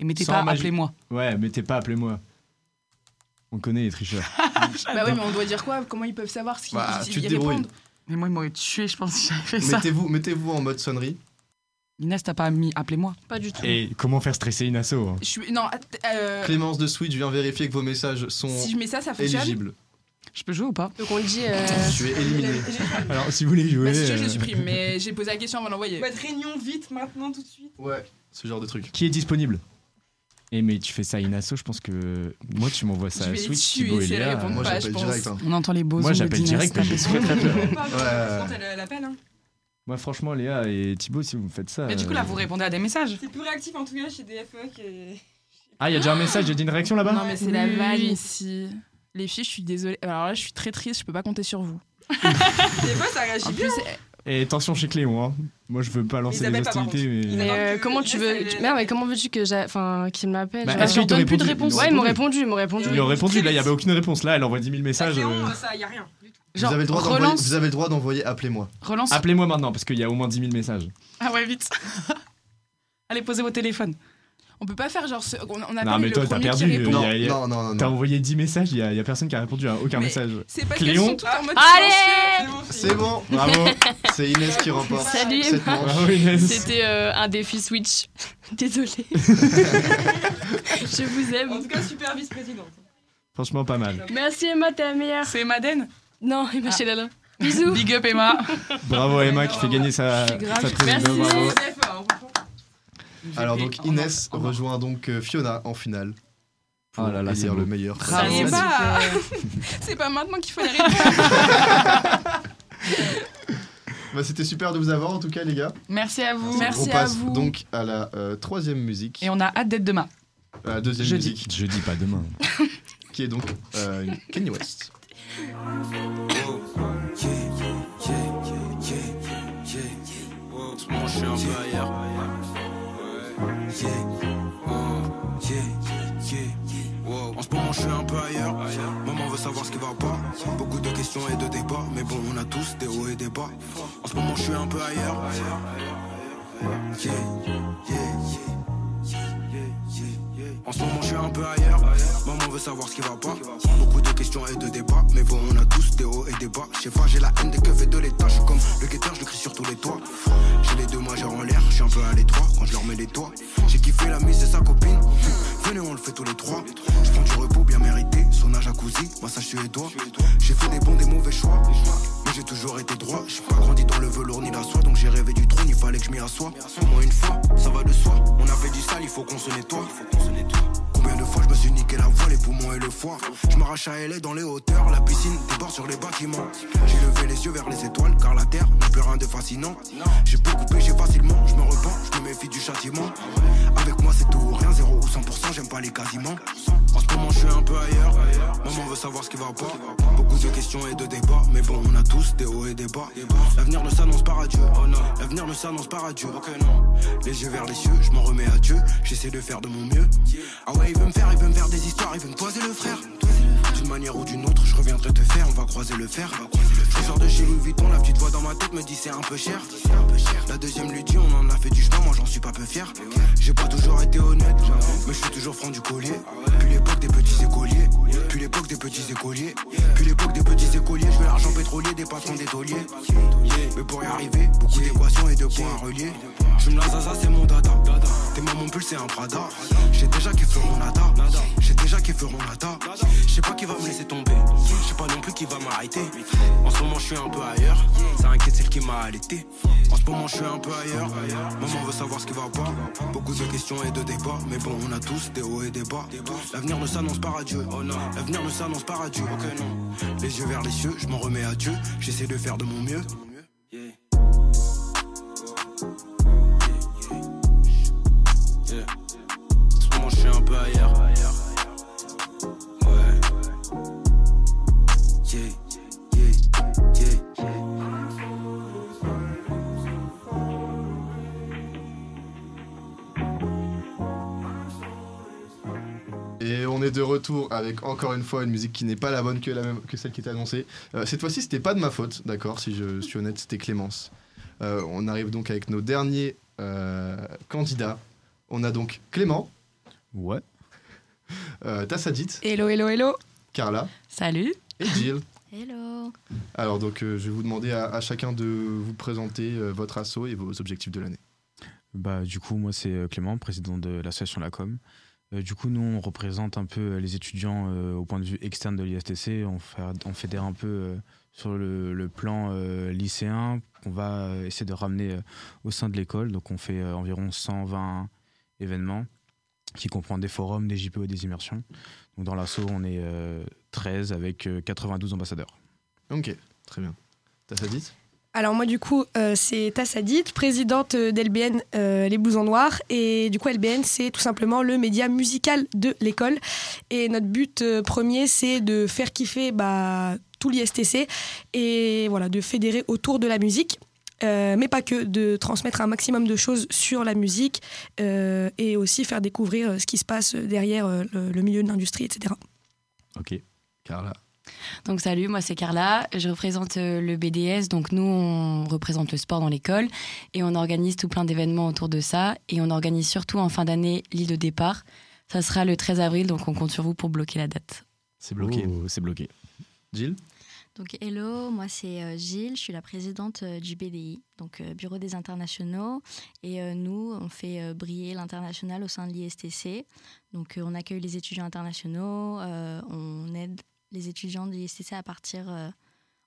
Et mettez
Sans
pas,
magie.
appelez-moi.
Ouais, mais t'es pas appelé moi. On connaît les tricheurs.
bah oui, mais on doit dire quoi Comment ils peuvent savoir ce qu'ils
Bah,
ils-
tu
ils
te débrouilles.
répondent
Mais moi, ils m'auraient tué, je pense, si j'avais fait ça.
Mettez-vous mettez-vous en mode sonnerie.
Inès, t'as pas mis appelez-moi.
Pas ah, du tout.
Et comment faire stresser une asso hein
Je suis... Non, att- euh,
Clémence de Switch vient vérifier que vos messages sont
si je mets ça, ça fonctionne. Euh,
éligibles.
Je peux jouer ou pas
Donc on dit. euh,
Tu es éliminé.
Alors, si vous voulez jouer.
Bah, si tu veux, je
euh,
le supprime, mais j'ai posé la question avant de l'envoyer.
réunion vite, maintenant, tout de suite.
Ouais, ce genre de truc.
Qui est disponible Eh, mais tu fais ça à une asso, je pense que. Moi, tu m'envoies ça
Je
à
vais les
Switch,
tuer
Thibaut et
si elles
Léa.
répondent
Moi,
pas, je
j'appelle
pense.
direct. hein.
On entend les beaux
euh, Moi,
zooms
j'appelle
d'Inès,
direct,
t'as
mais j'ai
raison.
très, très peur.
Quand elle l'appelle, hein.
Moi, franchement, Léa et Thibaut, si vous me faites ça.
Mais du coup, là,
euh,
vous répondez à des messages.
C'est plus réactif en tout cas chez E, DFE que.
Ah, il y a déjà un message, il y a déjà une réaction là-bas
Non, mais c'est la
Oui.
vanne ici. Les filles, je suis désolée. Alors là, je suis très triste, je peux pas compter sur vous.
Des fois, ça réagit
En
bien. hein.
plus, euh,
Et attention chez Cléon, hein. Moi, je veux pas lancer
avaient
les
pas, par
hostilités, mais.
Mais
Alors
euh,
que
comment tu
Inès,
veux
elle est-
tu- Merde, mais comment veux-tu que j'a- enfin qu'il m'appelle
Bah,
tu
est-ce
vois
qu'ils t'ont
donne plus de
répondu
réponse.
Ouais, ils m'ont
répondu.
répondu, ils m'ont répondu.
Ils lui ont répondu, là, il n'y avait aucune réponse. Là, elle envoie 10 000
Ça,
messages.
c'est
euh,
vraiment, ça, y a rien.
Genre,
vous avez le droit d'envoyer-
relance,
vous avez le droit d'envoyer appelez-moi.
relance.
Appelez-moi maintenant, parce qu'il y a au moins 10 000 messages.
Ah ouais, vite. Allez, posez vos téléphones.
on peut pas faire genre. ce- On, on appelle
mais toi,
le
t'as
premier
perdu,
qui répond.
Il y
Non,
a- il y a-
non, non, non,
T'as
non.
envoyé 10 messages, il n'y a, il y a personne qui a répondu à aucun
Mais-
message.
C'est parce
Cléon
qu'elles sont toutes
Ah,
en mode.
Allez
C'est bon,
Bravo
c'est Inès qui remporte
Salut Ah
cette manche.
Bravo Inès
C'était euh, un défi Switch. Désolée. Je vous
En
aime.
tout cas, super vice-présidente.
Franchement, pas mal.
Merci Emma, t'es la meilleure.
C'est Madden.
Non, Emma chez Lala. Bisous.
Big up, Emma.
Bravo à Emma qui
Oh.
fait gagner sa,
C'est grave.
sa présidente.
Merci.
Bravo.
DFE, hein, franchement.
Alors donc Inès rejoint donc euh, Fiona en finale. Pour
Oh là là,
élire
c'est
le
beau.
meilleur.
Bravo.
C'est
Vas-y.
pas... c'est pas maintenant qu'il faut les répondre.
Bah, C'était super de vous avoir en tout cas les gars.
Merci à vous.
Merci
on
à
passe
vous.
donc à la euh, troisième musique,
Et on a hâte d'être demain.
à la deuxième
jeudi.
musique,
Je dis pas demain.
qui est donc euh, Kanye West.
En ce moment, je suis un peu ailleurs. Maman veut savoir ce qui va pas. Beaucoup de questions et de débats, mais bon, on a tous des hauts et des bas. En ce moment, je suis un peu ailleurs. Yeah, yeah, yeah, yeah, yeah, yeah. En ce moment, je suis un peu ailleurs. Maman veut savoir ce qui va pas. Beaucoup de questions et de débats, mais bon, on a tous des hauts et des bas. Je sais pas, j'ai la haine des keufs et de l'état. Je suis comme le guetteur, je le crie sur tous les toits. J'ai les deux majeurs en l'air, je suis un peu à l'étroit quand je leur mets les toits. J'ai kiffé la mise de sa copine. Venez, on le fait tous les trois. Je prends du repos bien mérité. Son âge à jacuzzi, massage sur les doigts. J'ai fait des bons, des mauvais choix. Mais j'ai toujours été droit. J'ai pas grandi dans le velours ni la soie. Donc j'ai rêvé du trône, il fallait que je m'y assoie. Au moins une fois, ça va de soi. On avait du sale, il faut qu'on se nettoie. Combien de fois je me suis niqué la voix, les poumons et le foie Je m'arrache à LA dans les hauteurs, la piscine déborde sur les bâtiments. J'ai levé les yeux vers les étoiles car la terre n'a plus rien de fascinant. J'ai peu coupé, j'ai facilement, je me repens, je me méfie du châtiment. Avec moi c'est tout ou rien, 0 ou 100%, j'aime pas les quasiment. En ce moment je suis un peu ailleurs, maman veut savoir ce qui va pas. Beaucoup de questions et de débats, mais bon on a tous des hauts et des bas. L'avenir ne s'annonce pas à Dieu, l'avenir ne s'annonce pas à Dieu. Les yeux vers les cieux, je m'en remets à Dieu, j'essaie de faire de mon mieux. Ah ouais, il veut me faire, il veut me faire des histoires, il veut me toiser le frère. D'une manière ou d'une autre, je reviendrai te faire, on va croiser le fer. Je sors de chez Louis Vuitton, la petite voix dans ma tête me dit c'est un peu cher. La deuxième lui dit on en a fait du chemin, moi j'en suis pas peu fier. J'ai pas toujours été honnête, mais je suis toujours franc du collier. Puis l'époque des petits écoliers, puis l'époque des petits écoliers, puis l'époque des petits écoliers, je veux l'argent pétrolier des patrons d'étoliers. Mais pour y arriver, beaucoup d'équations et de points à relier. Je me la zaza, c'est mon dada. T'es mon pull, c'est un Prada. J'ai déjà qu'ils feront nada. J'ai déjà qu'ils feront nada. Je sais pas qui va me laisser tomber. Je sais pas non plus qui va m'arrêter. En ce moment, je suis un peu ailleurs. Ça inquiète celle qui m'a allaité. En ce moment, je suis un peu ailleurs. Maman veut savoir ce qui va pas. Beaucoup de questions et de débats. Mais bon, on a tous des hauts et des bas. L'avenir ne s'annonce pas à Dieu. L'avenir ne s'annonce pas à Dieu. Les yeux vers les cieux, je m'en remets à Dieu. J'essaie de faire de mon mieux. Yeah. En ce moment, je suis un peu ailleurs. Ouais. Yeah, yeah, yeah, yeah.
Et on est de retour avec encore une fois une musique qui n'est pas la bonne que, la même, que celle qui était annoncée. Euh, cette fois-ci, c'était pas de ma faute, d'accord, si je suis honnête, c'était Clémence. Euh, on arrive donc avec nos derniers euh, candidats. On a donc Clément,
Ouais.
euh, t'as Sadit,
Hello, hello, hello.
Carla
Salut.
et Jill.
Hello.
Alors donc euh, je vais vous demander à, à chacun de vous présenter euh, votre assaut et vos objectifs de l'année.
Bah, du coup, moi, c'est euh, Clément, président de l'association La Com. Euh, du coup, nous, on représente un peu euh, les étudiants euh, au point de vue externe de l'ISTC. On, fa- on fédère un peu euh, sur le, le plan euh, lycéen qu'on va euh, essayer de ramener euh, au sein de l'école. Donc, on fait euh, environ 120 événements qui comprend des forums, des JPO et des immersions. Donc, dans l'assaut, on est euh, 13 avec euh, 92 ambassadeurs.
Ok, très bien. T'as ça dit
Alors moi du coup euh, c'est Tassadit, présidente euh, d'LBN Les Blousons Noirs et du coup LBN c'est tout simplement le média musical de l'école et notre but euh, premier c'est de faire kiffer bah, tout l'ISTC et voilà de fédérer autour de la musique euh, mais pas que, de transmettre un maximum de choses sur la musique euh, et aussi faire découvrir euh, ce qui se passe derrière euh, le, le milieu de l'industrie etc.
Ok.
Carla.
Donc salut, moi c'est Carla, je représente euh, le BDS, donc nous on représente le sport dans l'école et on organise tout plein d'événements autour de ça et on organise surtout en fin d'année l'île de départ. Ça sera le 13 avril, donc on compte sur vous pour bloquer la date.
C'est bloqué.
Oh.
c'est bloqué.
Jill
Donc hello, moi c'est euh, Gilles, je suis la présidente euh, du BDI, donc euh, Bureau des internationaux. Et euh, nous, on fait euh, briller l'international au sein de l'ISTC. Donc euh, on accueille les étudiants internationaux, euh, on aide les étudiants de l'ISTC à partir euh,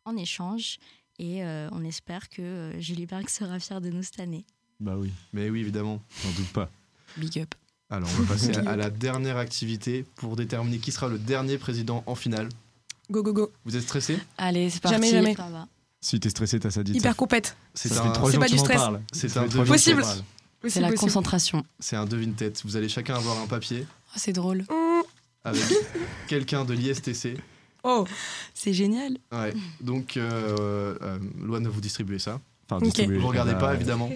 en échange. Et euh, on espère que euh, Julie Berg sera fière de nous cette année.
Bah oui. Mais oui, évidemment.
J'en doute pas.
Big up.
Alors on va passer
Big
à, à
up.
la dernière activité pour déterminer qui sera le dernier président en finale.
Go go go.
Vous êtes stressé
Allez, c'est parti.
Jamais, jamais.
Si t'es stressé, t'as ça dit.
Hyper compète.
C'est
Ça
un-
fait trois
C'est
jours
pas
que
du
tu m'en
stress.
parles.
C'est
Ça
un
fait trois
devine-
jours que tu m'en
Possible.
parles.
C'est la concentration.
C'est un devine tête. Vous allez chacun avoir un papier
Oh, c'est drôle.
avec quelqu'un de l'ISTC.
Oh,
c'est génial.
Ouais. Donc, euh, euh, Loane, vous distribuez ça.
Enfin, Ok. distribuer,
Vous regardez
bah,
pas,
ouais.
évidemment.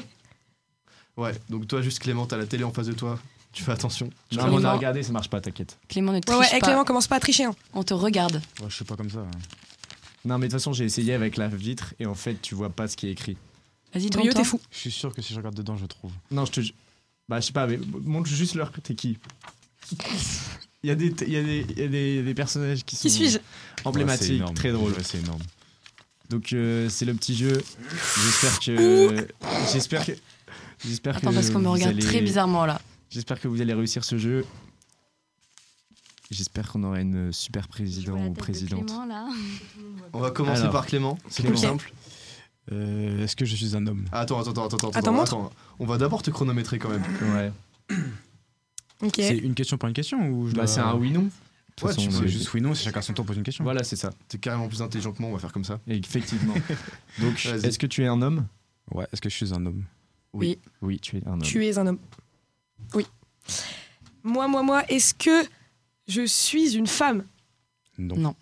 Ouais. Donc, toi, juste Clément, t'as la télé en face de toi. Tu fais attention. Tu
Non, mais on a regardé, ça marche pas, t'inquiète.
Clément ne
Ouais,
triche
ouais, eh,
pas.
Clément commence pas à tricher. hein.
On te regarde.
je suis pas comme ça. hein.
Non, mais de toute façon, j'ai essayé avec la vitre et en fait, tu vois pas ce qui est écrit.
Vas-y,
Brio, t'es fou.
Je suis sûr que si je regarde dedans, je trouve.
Non, je te. ju- Bah, je sais pas, mais montre juste leur t'es qui. Il y a des, il y a des, il y a des, il y a des personnages qui sont.
Qui suis-je Ouais, c'est
Emblématiques,
énorme.
très drôles.
Ouais, c'est énorme.
Donc, euh, c'est le petit jeu. J'espère que. J'espère que. J'espère
Attends,
que
parce qu'on me
vous
regarde
allez-
très bizarrement là.
J'espère que vous allez réussir ce jeu. J'espère qu'on aura une super président ou présidente.
Clément, là.
On va commencer
Alors,
par Clément. C'est plus
Clément. Euh,
simple.
Est-ce que je suis un homme
Attends, attends, attends, attends, attends.
Attends, montre.
On va d'abord te chronométrer quand même.
Ouais.
Ok.
C'est une question par une question ou je
Bah,
dois-
c'est un oui-non. De toute
Ouais,
façon,
tu
on
peux
est-
juste oui non, c'est chacun son tour pose une question.
Voilà, c'est ça.
T'es carrément plus intelligent que moi, on va faire comme ça.
Effectivement. Donc,
Vas-y.
est-ce que tu es un homme
Ouais, est-ce que je suis un homme
Oui.
Oui, tu es un homme.
Tu es un homme. Oui. Moi, moi, moi, est-ce que je suis une femme
Non.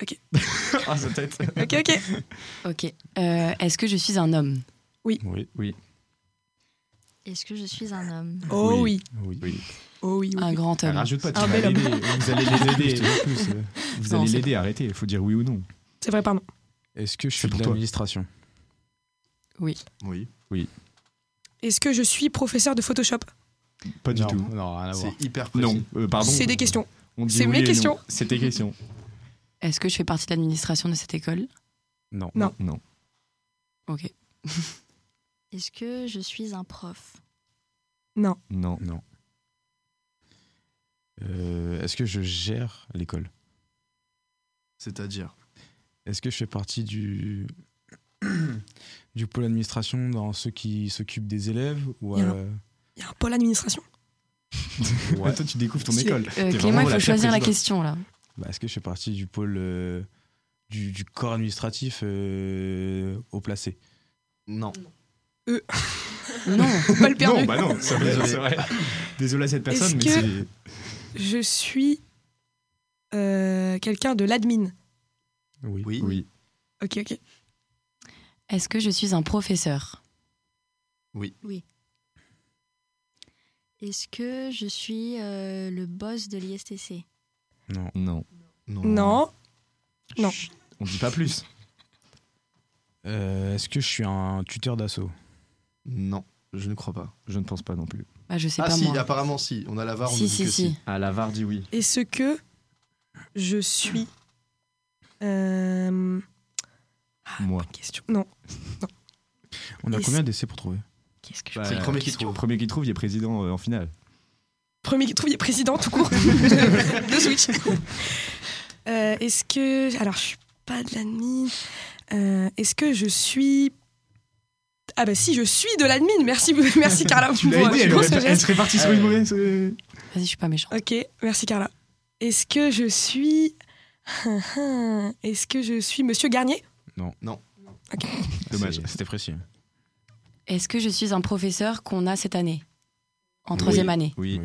Ok.
ah, sa tête.
Ok, ok.
Ok. Euh, Est-ce que je suis un homme
Oui.
Oui. Oui.
Est-ce que je suis un homme
Oh oui.
Oui.
Oh oui.
Un grand homme.
Ah, Rajoute pas, tu
un
vas
bel homme.
l'aider. Vous allez les aider. euh, Vous
Non,
allez
c'est
l'aider, arrêtez. Il faut dire oui ou non.
C'est vrai, pardon.
Est-ce que je suis
pour
de
toi.
l'administration
Oui.
Oui.
Oui.
Est-ce que je suis professeur de Photoshop
Pas du
Non,
tout.
Non, rien à voir.
C'est hyper
Non, euh, pardon.
C'est des questions.
On dit
C'est
oui
mes
et non.
questions.
C'est tes questions.
Est-ce que je fais partie de l'administration de cette école
Non.
Non.
Non.
Ok.
Est-ce que je suis un prof
Non.
Non.
Non. Euh, Est-ce que je gère l'école
C'est-à-dire
Est-ce que je fais partie du du pôle administration dans ceux qui s'occupent des élèves ou
Il y a un-
euh,
Il y a un pôle administration.
ouais.
Toi, tu découvres ton
C'est-
école.
euh,
T'es
Clément,
vraiment
il faut
la
choisir la
présidente.
question là.
bah, Est-ce que je fais partie du pôle euh, du, du corps administratif euh, au placé
Non.
Euh.
Non.
Balle perdue.
Non, bah non, c'est vrai,
Désolé.
c'est vrai. Désolé à cette personne,
Est-ce
mais
que-
c'est.
Je suis euh, quelqu'un de l'admin.
Oui.
Oui.
Ok, ok.
Est-ce que je suis un professeur
Oui. Est-ce que je suis euh, le boss de l'ISTC
Non.
Non.
Non. Non.
On dit pas plus.
Euh, Est-ce que je suis un tuteur d'assaut
Non, je ne crois pas.
Je ne pense pas non plus.
Bah, je sais
ah
pas
si,
moi.
apparemment si. On a la VAR, on
Si,
nous dit
si,
que
si.
Ah, la VAR dit oui.
Est-ce que je suis. euh,
Ah,
Moi.
question. Non. non.
On a
Et
combien
c'est-
d'essais pour trouver
Qu'est-ce
Bah,
C'est le premier qui
question. Le premier qui trouve, il est président euh, en finale.
Premier qui trouve, il est président tout court. de Switch. Euh, Est-ce que. Alors, je suis pas de l'admin. Euh, Est-ce que je suis. Ah, bah si, je suis de l'admin. Merci, merci Carla.
Tu l'as
pour-
aidé, elle
pour
aurait-
ce
elle
geste.
serait partie sur une mauvaise, euh.
Vas-y,
je suis pas méchante.
Ok, merci Carla. Est-ce que je suis. Est-ce que je suis Monsieur Garnier
Non.
Non.
Dommage. C'était précis.
Est-ce que je suis un professeur qu'on a cette année En
Oui.
troisième année
Oui.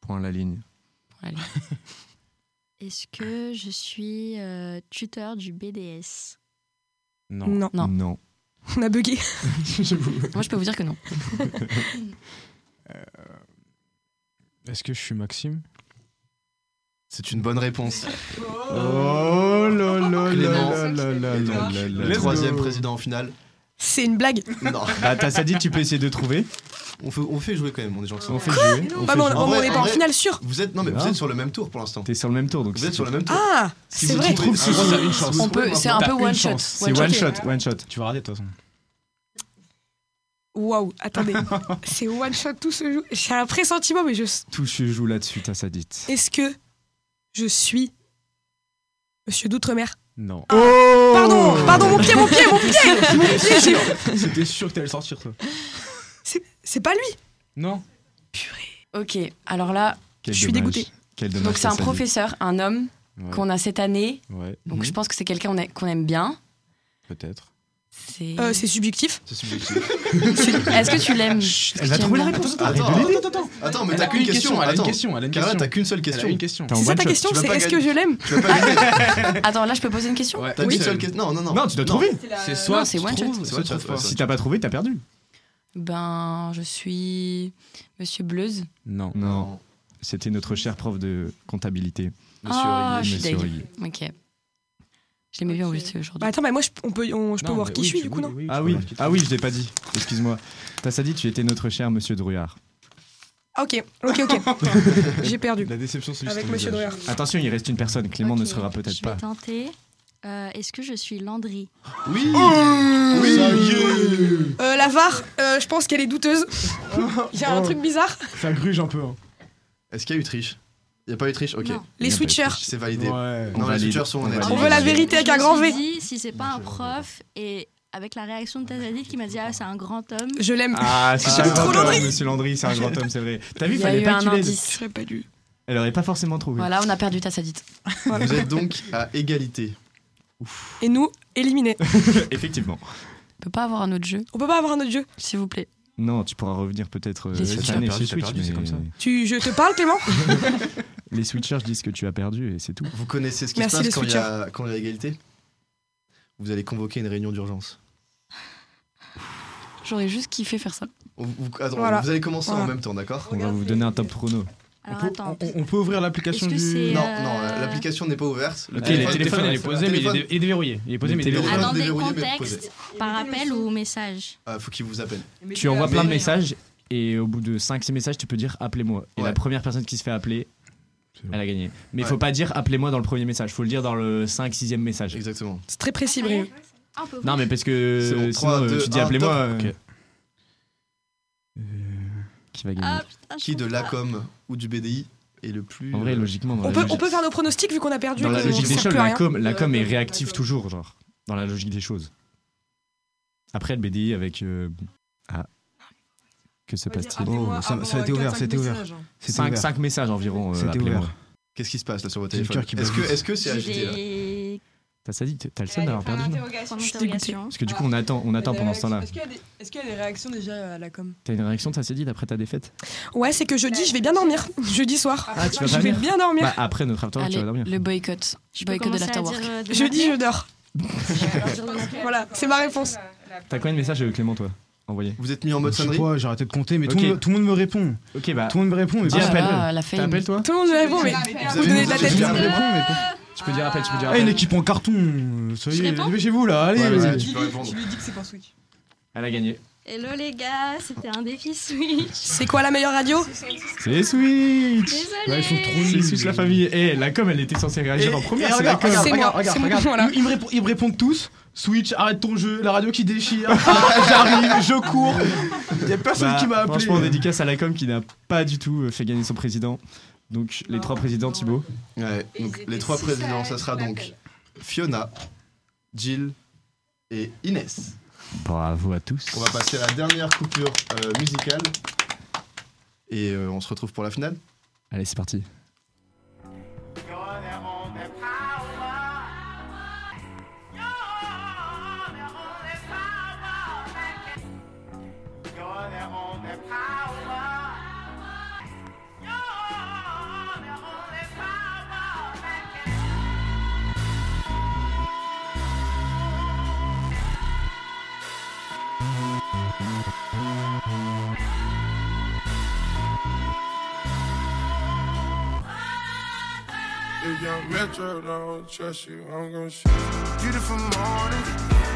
Point la ligne.
Allez.
Est-ce que je suis euh, tuteur du BDS
Non.
Non.
Non.
On a bugué.
Moi, je peux vous dire que non.
Euh, Est-ce que je suis Maxime
C'est une bonne réponse.
Oh là là
Clément,
là là là là
et donc,
là là
le
là.
troisième
Let's go.
président en finale.
C'est une blague.
Non.
Bah, t'as ça dit, tu peux essayer de trouver.
On fait, on fait jouer quand même, on est gentil. On
fait Quoi jouer.
Bah, bon, on- on est pas en finale, sûr.
Vous êtes, non, mais vous
Non.
êtes sur le même tour pour l'instant.
T'es sur le même tour, donc.
Vous êtes sur le même tour.
Ah,
Si
c'est
vous
vrai.
trouvez-
Si,
Ah,
si, si,
voilà.
une chance.
On peut- c'est un
T'as
peu
une
one
chance.
shot.
C'est
One
one
shot.
shot, one shot. Tu vas regarder de toute façon.
Waouh, attendez. c'est one shot tout se joue. J'ai un pressentiment, mais je.
Tout se joue là-dessus, t'as ça dit.
Est-ce que je suis Monsieur d'Outre-mer
Hmm.
Non.
Oh Pardon, pardon, mon pied, mon pied, mon pied, mon pied, j'ai-
C'était sûr que t'allais le sortir, toi.
C'est- C'est pas lui.
Non.
Ok, alors là,
Quel
je suis
dommage.
dégoûtée.
Quel dommage
Donc c'est
que
un
ça dit.
professeur, un homme
Ouais.
qu'on a cette année.
Ouais.
Donc
Mhm.
je pense que c'est quelqu'un qu'on a- qu'on aime bien.
Peut-être.
C'est
Euh, c'est subjectif.
C'est subjectif.
Est-ce que tu l'aimes
Elle va trouver la réponse.
Attends, attends,
Arrête de l'aider.
attends, attends. Attends, mais
Elle
t'as
a
qu'une
une
question.
question, elle a une
attends.
question, elle a une
Carla,
question.
t'as qu'une seule question.
Elle a une question.
C'est ça ta question, c'est est-ce que je l'aime
Attends, là je peux poser une question
T'as qu'une seule question. Non, non, non.
Non, tu dois trouver.
C'est soit Non, c'est tu one trouves, shot.
soit tu trouves pas.
Si t'as pas trouvé, t'as perdu.
Ben, je suis Monsieur Bleuze.
Non.
Non. C'était notre cher prof de comptabilité.
Ah, je suis
Monsieur
deg.
Aurier.
Ok. Je l'aimais bien juste
Bah,
aujourd'hui.
attends, mais moi je, on peut, on- je peux voir qui je suis du coup, non
Ah oui, ah oui, je l'ai pas dit. Excuse-moi. T'as ça dit, tu étais notre cher monsieur Drouillard.
Ah, Ok, ok, ok. J'ai perdu.
La déception, c'est
Avec Monsieur Doyer.
Attention, il reste une personne. Clément ne
Ok,
sera peut-être
Je vais
pas.
tenter. Euh, Est-ce que je suis Landry
Oui.
Oh, Oui.
Ça y est.
Euh, la VAR, euh, je pense qu'elle est douteuse. Il y a un
Oh.
truc bizarre.
Ça gruge un peu. hein.
Est-ce qu'il y a eu triche Il n'y a pas eu triche Ok.
Non. Les switchers.
C'est validé.
Ouais.
Non,
On
les
valide.
switchers sont.
On valide.
On veut la vérité avec un grand V.
Je me suis dit, si c'est pas un prof, et avec la réaction de Tazadit qui m'a dit Ah, c'est un grand homme.
Je l'aime.
Ah, c'est
J'aime
un
trop
grand homme,
Landry.
monsieur Landry, c'est un grand homme, c'est vrai. T'as vu,
Il y a
fallait
eu
pas
un
qu'il aide.
indice.
J'aurais pas dû.
Elle aurait pas forcément trouvé.
Voilà, on a perdu ta sadite.
Vous êtes donc à égalité.
Et nous, éliminés.
Effectivement.
On peut pas avoir un autre jeu,
On peut pas avoir un autre jeu.
s'il vous plaît.
Non, tu pourras revenir peut-être euh,
Les
cette
switchers.
année
T'as perdu,
sur
t'as
Switch,
perdu, c'est
mais
comme ça.
Tu, je te parle, Clément
Les switchers disent que tu as perdu et c'est tout.
Vous connaissez ce qui
Merci,
se
les
passe quand il y a- quand il y a égalité Vous allez convoquer une réunion d'urgence.
J'aurais juste kiffé faire ça.
On- vous- attends,
Voilà.
Vous allez commencer en
Voilà.
même temps, d'accord
On va vous donner un top chrono.
Alors
peut-
attends.
On, on peut ouvrir l'application
Est-ce
du.
que c'est,
Non,
euh,
non, euh, l'application n'est pas ouverte.
Ok, le téléphone, il est posé, mais il est dé- il est déverrouillé. Il est posé, mais il est déverrouillé.
Téléphone
Attendez,
déverrouillé, mais
contexte, par appel ou message
Ah, faut qu'il vous appelle.
Tu envoies plein de messages et au bout de 5-6 messages, tu peux dire appelez-moi. Et
Ouais.
la première personne qui se fait appeler, elle a gagné. Mais il
Ouais.
faut pas dire appelez-moi dans le premier message, faut le dire dans le 5-6e message.
Exactement.
C'est très précis, Brieux.
Non, mais parce
C'est
que
bon,
sinon,
trois,
euh,
deux,
tu dis
un,
appelez-moi.
top.
euh,
Ok.
Qui va gagner
Ah,
Qui de l'ACOM ou du BDI est le plus. euh,
euh, En vrai, logiquement, dans
On
la
peut,
logique-
on peut faire nos pronostics vu qu'on a perdu.
dans
et
la
qu'on
logique des
sert
choses,
plus à rien.
la com, la com est réactive toujours, genre, dans la logique des choses. Après, le BDI avec. euh, Ah. Que se passe-t-il
Oh,
appelez-moi avant quatre, cinq messages, hein.
5, messages environ. euh,
C'était
appelez-moi.
ouvert.
Qu'est-ce qui se passe là sur votre
J'ai le
téléphone
cœur qui bat
Est-ce que
vite.
est-ce que c'est agité là
J'ai
T'as ça dit, t'as le seum d'avoir perdu. non
Interrogation.
Point d'interrogation.
Parce que du coup, on attend, on attend pendant ce temps-là.
Est-ce qu'il y a des- est-ce qu'il y a des réactions déjà à la com
T'as une réaction, t'as ça dit, après ta défaite
Ouais, c'est que jeudi, je vais bien dormir. Jeudi soir.
Ah, tu vas
je vais
dormir
bien dormir.
Bah, après notre after, tu
Allez,
vas dormir.
le boycott.
Je peux
boycott de
commencer à
l'afterwork.
dire, euh, de
jeudi, je
m'appeler
dors. voilà, c'est ma réponse.
T'as combien de messages, euh, Clément, toi Envoyé
Vous êtes mis en mode
Je sais
sonnerie
pas, j'ai arrêté de compter, mais tout
Ok.
le monde- tout le monde me répond.
Ok, bah.
Tout le monde me répond, mais
Dis
pas-
appel.
Ah, la fame.
T'appelles, toi
Tout le monde me répond, mais
Vous
vous
avez
donnez de la
des
tête.
Dis appel, répond, mais pas-
Tu peux dire appel, tu peux dire
Ah, une
appel.
équipe en carton. euh, Ça y
Je
est,
réponds
dépêchez-vous là, allez.
Ouais, ouais,
vas-y.
tu peux répondre.
Tu lui dis que c'est pour Switch.
Elle a gagné.
Hello les gars, c'était un défi Switch.
C'est quoi la meilleure radio
C'est Switch
Désolée.
Ouais, ils sont trop C'est Switch la famille. Eh, la com, elle était censée réagir en première.
Et
c'est
regarde,
la com.
regarde, regarde, regarde, regarde. Ils, me répondent- ils me répondent tous. Switch, arrête ton jeu, la radio qui déchire. J'arrive, je cours. Il a personne
Bah,
qui m'a appelé.
Franchement, dédicace à la com qui n'a pas du tout euh, fait gagner son président. Donc, les trois présidents, Thibaut.
Ouais, donc les trois présidents, ça sera donc Fiona, Jill et Inès.
Bravo à tous.
On va passer à la dernière coupure euh, musicale et euh, on se retrouve pour la finale.
Allez, c'est parti.
If young Metro don't trust you, I'm gonna shoot you. Beautiful morning,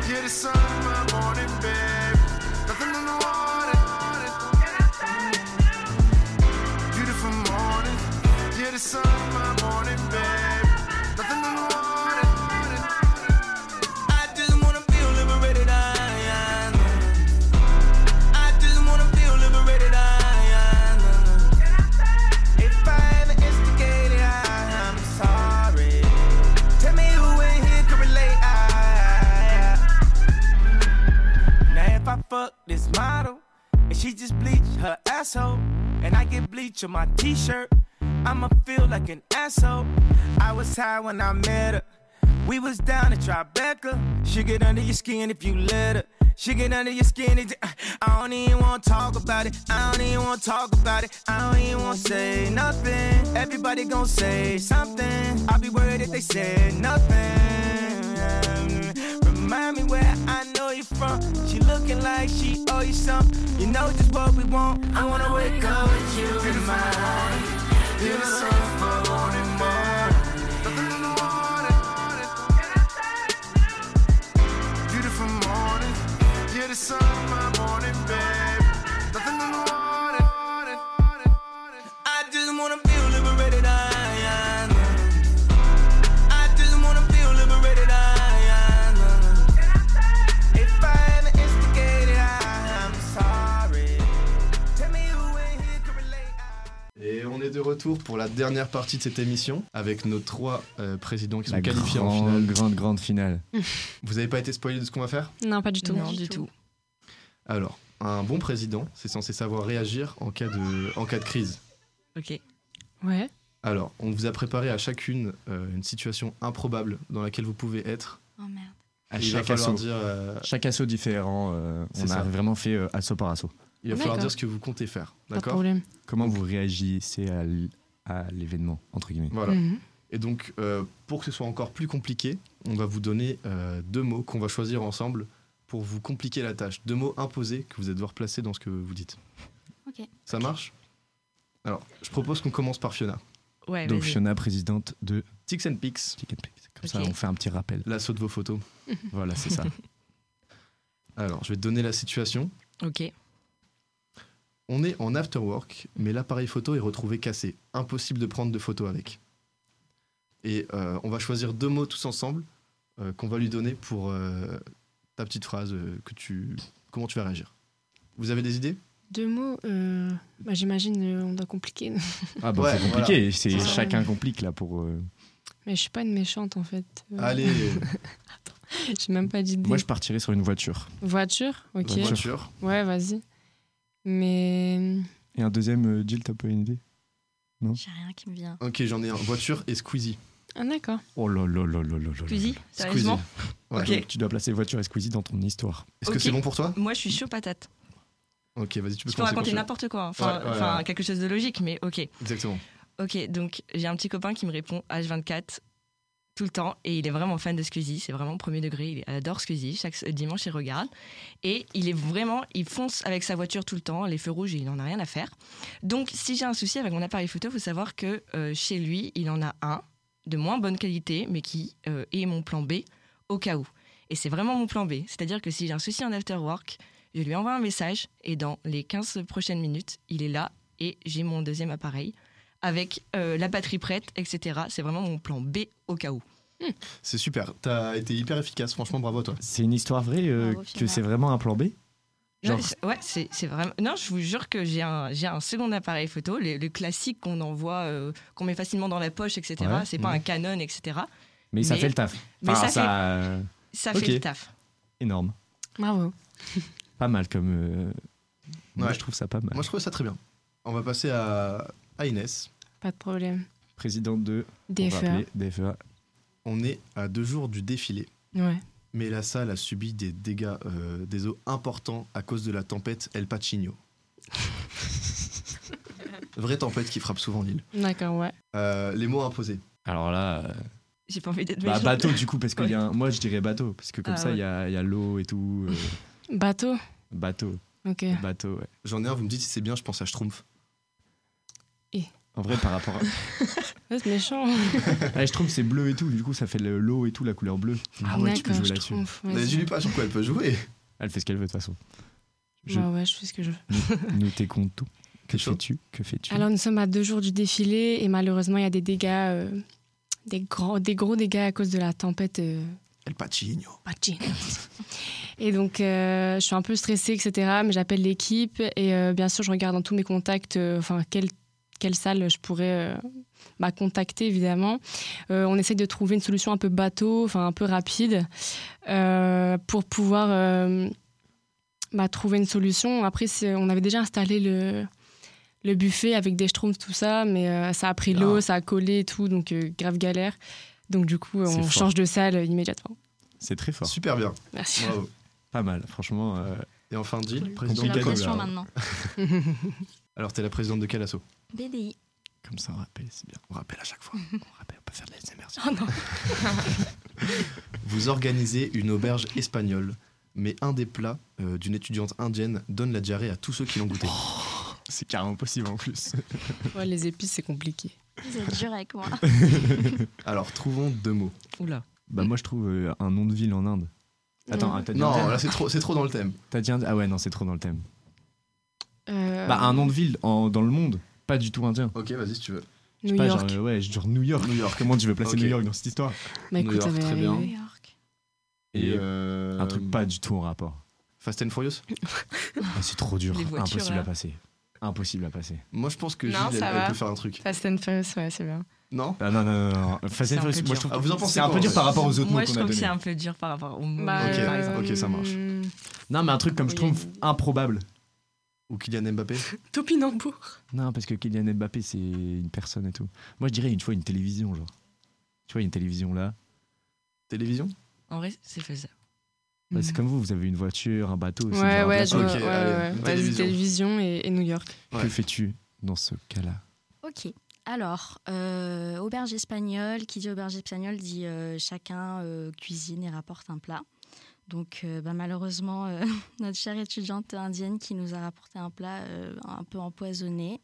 you're the sun in my morning, babe. Nothing in the water. Beautiful morning, you're the sun in my morning, babe. Nothing in the water. I just wanna feel liberated, I, I know. I just wanna feel liberated, I, I know. If I ever instigated, I, I'm sorry. Tell me who in here can relate. I, I- Now if I fuck this model and she just bleach her asshole, and I get bleach on my T-shirt, I'ma feel like an asshole. I was high when I met her. We was down at Tribeca. She get under your skin if you let her. She get under your skin. It, I don't even want to talk about it. I don't even want to talk about it. I don't even want to say nothing. Everybody gon' say something. I'll be worried if they say nothing. Remind me where I know you from. She looking like she owe you something. You know just what we want. I wanna wake up with you in mind. Feel the sun for morning, morning. Nothing in the water. Beautiful morning, yeah, the sun in my morning, babe. Nothing in the water. I just wanna feel liberated, I, I know. I just wanna feel liberated, I, I know. If I ever instigated, I, I'm sorry. Tell me who in here can relate.
Et on est de retour pour la dernière partie de cette émission avec nos trois euh, présidents qui
La
sont qualifiés en
grande,
finale.
grande, grande finale.
Vous n'avez pas été spoilé de ce qu'on va faire
Non, pas du tout.
Non, du tout.
Alors, un bon président, c'est censé savoir réagir en cas de, en cas de crise.
Ok.
Ouais.
Alors, on vous a préparé à chacune euh, une situation improbable dans laquelle vous pouvez être.
Oh merde.
À
Et il va
chaque
falloir
assaut.
dire, euh,
Chaque assaut différent. euh,
C'est
on
ça.
a vraiment fait euh, assaut par assaut.
il va falloir
D'accord.
dire ce que vous comptez faire.
Pas de
D'accord
problème.
Comment vous réagissez à l- à l'événement, entre guillemets
Voilà.
Mhm.
Et donc, euh, pour que ce soit encore plus compliqué, on va vous donner euh, deux mots qu'on va choisir ensemble pour vous compliquer la tâche. Deux mots imposés que vous allez devoir placer dans ce que vous dites.
Ok.
Ça marche Alors, je propose qu'on commence par Fiona.
Ouais,
Donc
vas-y.
Fiona, présidente de
Tix and Pix.
Comme ça, on fait un petit rappel.
L'assaut de vos photos. voilà, c'est ça. Alors, je vais te donner la situation.
Ok.
On est en after work, mais l'appareil photo est retrouvé cassé. Impossible de prendre de photos avec. Et euh, on va choisir deux mots tous ensemble euh, qu'on va lui donner pour euh, ta petite phrase euh, que tu comment tu vas réagir. Vous avez des idées
Deux mots, euh, bah, j'imagine, euh, on doit compliquer.
Ah bah
Ouais,
c'est compliqué,
voilà.
c'est
C'est ça.
chacun complique là pour. euh,
Mais je suis pas une méchante en fait. Euh,
Allez.
J'ai même pas d'idée.
Moi je partirais sur une voiture.
Voiture, ok.
Voiture. Voiture.
Ouais, vas-y. Mais.
Et un deuxième, euh, Jill, t'as pas une idée Non
J'ai rien qui me vient.
Ok, j'en ai un. Voiture et Squeezie.
Ah, d'accord.
Oh là là là là là là là.
Squeezie, sérieusement
Ouais.
Ok.
Tu dois placer voiture et Squeezie dans ton histoire.
Est-ce que
Ok.
c'est bon pour toi
Moi, je suis chaud patate.
Ok, vas-y, tu peux
Tu peux
commencer,
raconter
Conchal.
n'importe quoi. Enfin,
Ouais, ouais,
enfin,
ouais.
quelque chose de logique, mais ok.
Exactement.
Ok, donc j'ai un petit copain qui me répond H24 tout le temps et il est vraiment fan de Squeezie, c'est vraiment premier degré, il adore Squeezie, chaque dimanche il regarde et il est vraiment, il fonce avec sa voiture tout le temps, les feux rouges, il n'en a rien à faire. Donc si j'ai un souci avec mon appareil photo, faut savoir que euh, chez lui, il en a un de moins bonne qualité mais qui euh, est mon plan B au cas où. Et c'est vraiment mon plan B, c'est-à-dire que si j'ai un souci en after work, Je lui envoie un message et dans les 15 prochaines minutes, il est là et j'ai mon deuxième appareil avec euh, la batterie prête, etc. C'est vraiment mon plan B au cas où.
C'est super. T'as été hyper efficace. Franchement, bravo à toi.
C'est une histoire vraie euh,
Bravo,
que
Fiona.
c'est vraiment un plan B
Non,
Genre-
c'est- ouais, c'est c'est vraiment. Non, je vous jure que j'ai un, j'ai un second appareil photo, le, le classique qu'on envoie, euh, qu'on met facilement dans la poche, etc.
Ouais,
c'est pas
ouais.
un Canon, etc.
Mais ça fait le taf.
Mais
Enfin,
ça, fait,
euh,
ça
ok.
fait le taf.
Énorme.
Bravo.
Pas mal comme. euh, Moi, je trouve ça pas mal.
Moi, je trouve ça très bien. On va passer à, à Inès.
Pas de problème.
Présidente de.
DFEA.
on va appeler E DFEA.
On est à deux jours du défilé.
Ouais.
Mais la salle a subi des dégâts euh, des eaux importants à cause de la tempête El Pacino. Vraie tempête qui frappe souvent l'île.
D'accord, ouais.
Euh, les mots imposés.
Alors là. euh,
J'ai pas envie d'être
bah,
méchante.
bateau, du coup, parce que
Ouais.
y a un- moi, je dirais bateau. Parce que comme
Ah,
ça, il y a, il y a l'eau et tout. euh,
Bateau
bateau.
Ok.
Bateau, ouais.
J'en ai un, vous me dites si c'est bien, je pense à Schtroumpf.
Eh.
En vrai, par rapport à.
Ouais, c'est méchant.
Ah, je trouve c'est bleu et tout, du coup ça fait le- l'eau et tout, la couleur bleue.
Ah ouais, tu peux D'accord, jouer je là-dessus. trouve, ouais, Mais c'est dis-lui
pas sur quoi elle peut jouer.
Elle fait ce qu'elle veut de toute façon.
Bah ouais, je fais ce que je veux.
Nous, nous t'écoutons tout. Que fais-tu Que fais-tu
Alors nous sommes à deux jours du défilé et malheureusement il y a des dégâts, euh, des, grands, des gros dégâts à cause de la tempête. euh,
El Pacino.
Pacino. Et donc euh, je suis un peu stressée, etc. Mais j'appelle l'équipe et euh, bien sûr je regarde dans tous mes contacts, euh, enfin quelle, quelle salle je pourrais euh, bah, contacter évidemment. Euh, on essaie de trouver une solution un peu bateau, enfin un peu rapide euh, pour pouvoir euh, bah, trouver une solution. Après c'est- on avait déjà installé le le buffet avec des schtroumpfs, tout ça, mais euh, ça a pris
Ah.
l'eau, ça a collé et tout, donc euh, grave galère. Donc du coup, euh,
C'est
on
fort.
change de salle euh, immédiatement.
C'est très fort.
Super bien.
Merci.
Bravo.
Pas mal, franchement.
Et enfin, Jill,
J'ai
présidente de quel
l'impression maintenant.
Alors, t'es la présidente de quel asso
BDI.
Comme ça, on rappelle, c'est bien.
On rappelle à chaque fois. On rappelle, on peut faire de la SMR.
Oh non.
Vous organisez une auberge espagnole, mais un des plats euh, d'une étudiante indienne donne la diarrhée à tous ceux qui l'ont goûté.
Oh, c'est carrément possible en plus.
Ouais, les épices, c'est compliqué.
Vous êtes dur avec moi.
Alors, trouvons deux mots.
Oula.
Bah moi je trouve euh, un nom de ville en Inde. Attends,
Mm.
ah, t'as dit
Non,
un thème
là, c'est trop- c'est trop dans le thème.
T'as dit un- Ah ouais, non, c'est trop dans le thème.
Euh,
Bah un nom de ville en- dans le monde, pas du tout indien.
Ok, vas-y si tu veux.
Je sais
New
pas,
York.
Genre, euh, ouais, genre New York. New York. Comment tu veux placer
Ok.
New York dans cette histoire
Bah, écoute, ça va arriver.
Et
euh,
un truc pas du tout en rapport.
Fast and Furious
Ah, c'est trop dur,
Les voitures,
impossible
là.
à passer. Impossible à passer.
Moi je pense que
Non,
Gilles,
ça
elle,
va.
elle peut faire un truc.
Fast and Furious, ouais, c'est bien.
Non
Ah non, non, non, non. Fast
C'est
and
un
Furious, moi
peu dur.
je trouve
Ah,
vous en pensez
c'est un peu
quoi,
dur
ouais.
par rapport aux autres
Moi,
noms
je
qu'on a
trouve que c'est
donnés.
un peu dur par rapport au mot.
Bah,
Ok, ok, ça marche.
Mm.
Hmm.
Non, mais un truc comme je trouve improbable.
Ou Kylian Mbappé
Topinambour.
Non, parce que Kylian Mbappé, c'est une personne et tout. Moi, je dirais une fois une télévision, genre. Tu vois, il y a une télévision là.
Télévision
En vrai, c'est faisable.
Bah, C'est comme vous, vous avez une voiture, un bateau. c'est
Hmm. Ouais,
genre un
ouais,
bateau.
je vois, ouais, ouais, ouais. Vas-y, télévision et, et New York.
Que fais-tu dans ce cas-là
Ok. Alors, euh, auberge espagnole, qui dit auberge espagnole dit euh, chacun euh, cuisine et rapporte un plat. Donc, euh, bah, malheureusement, euh, notre chère étudiante indienne qui nous a rapporté un plat euh, un peu empoisonné.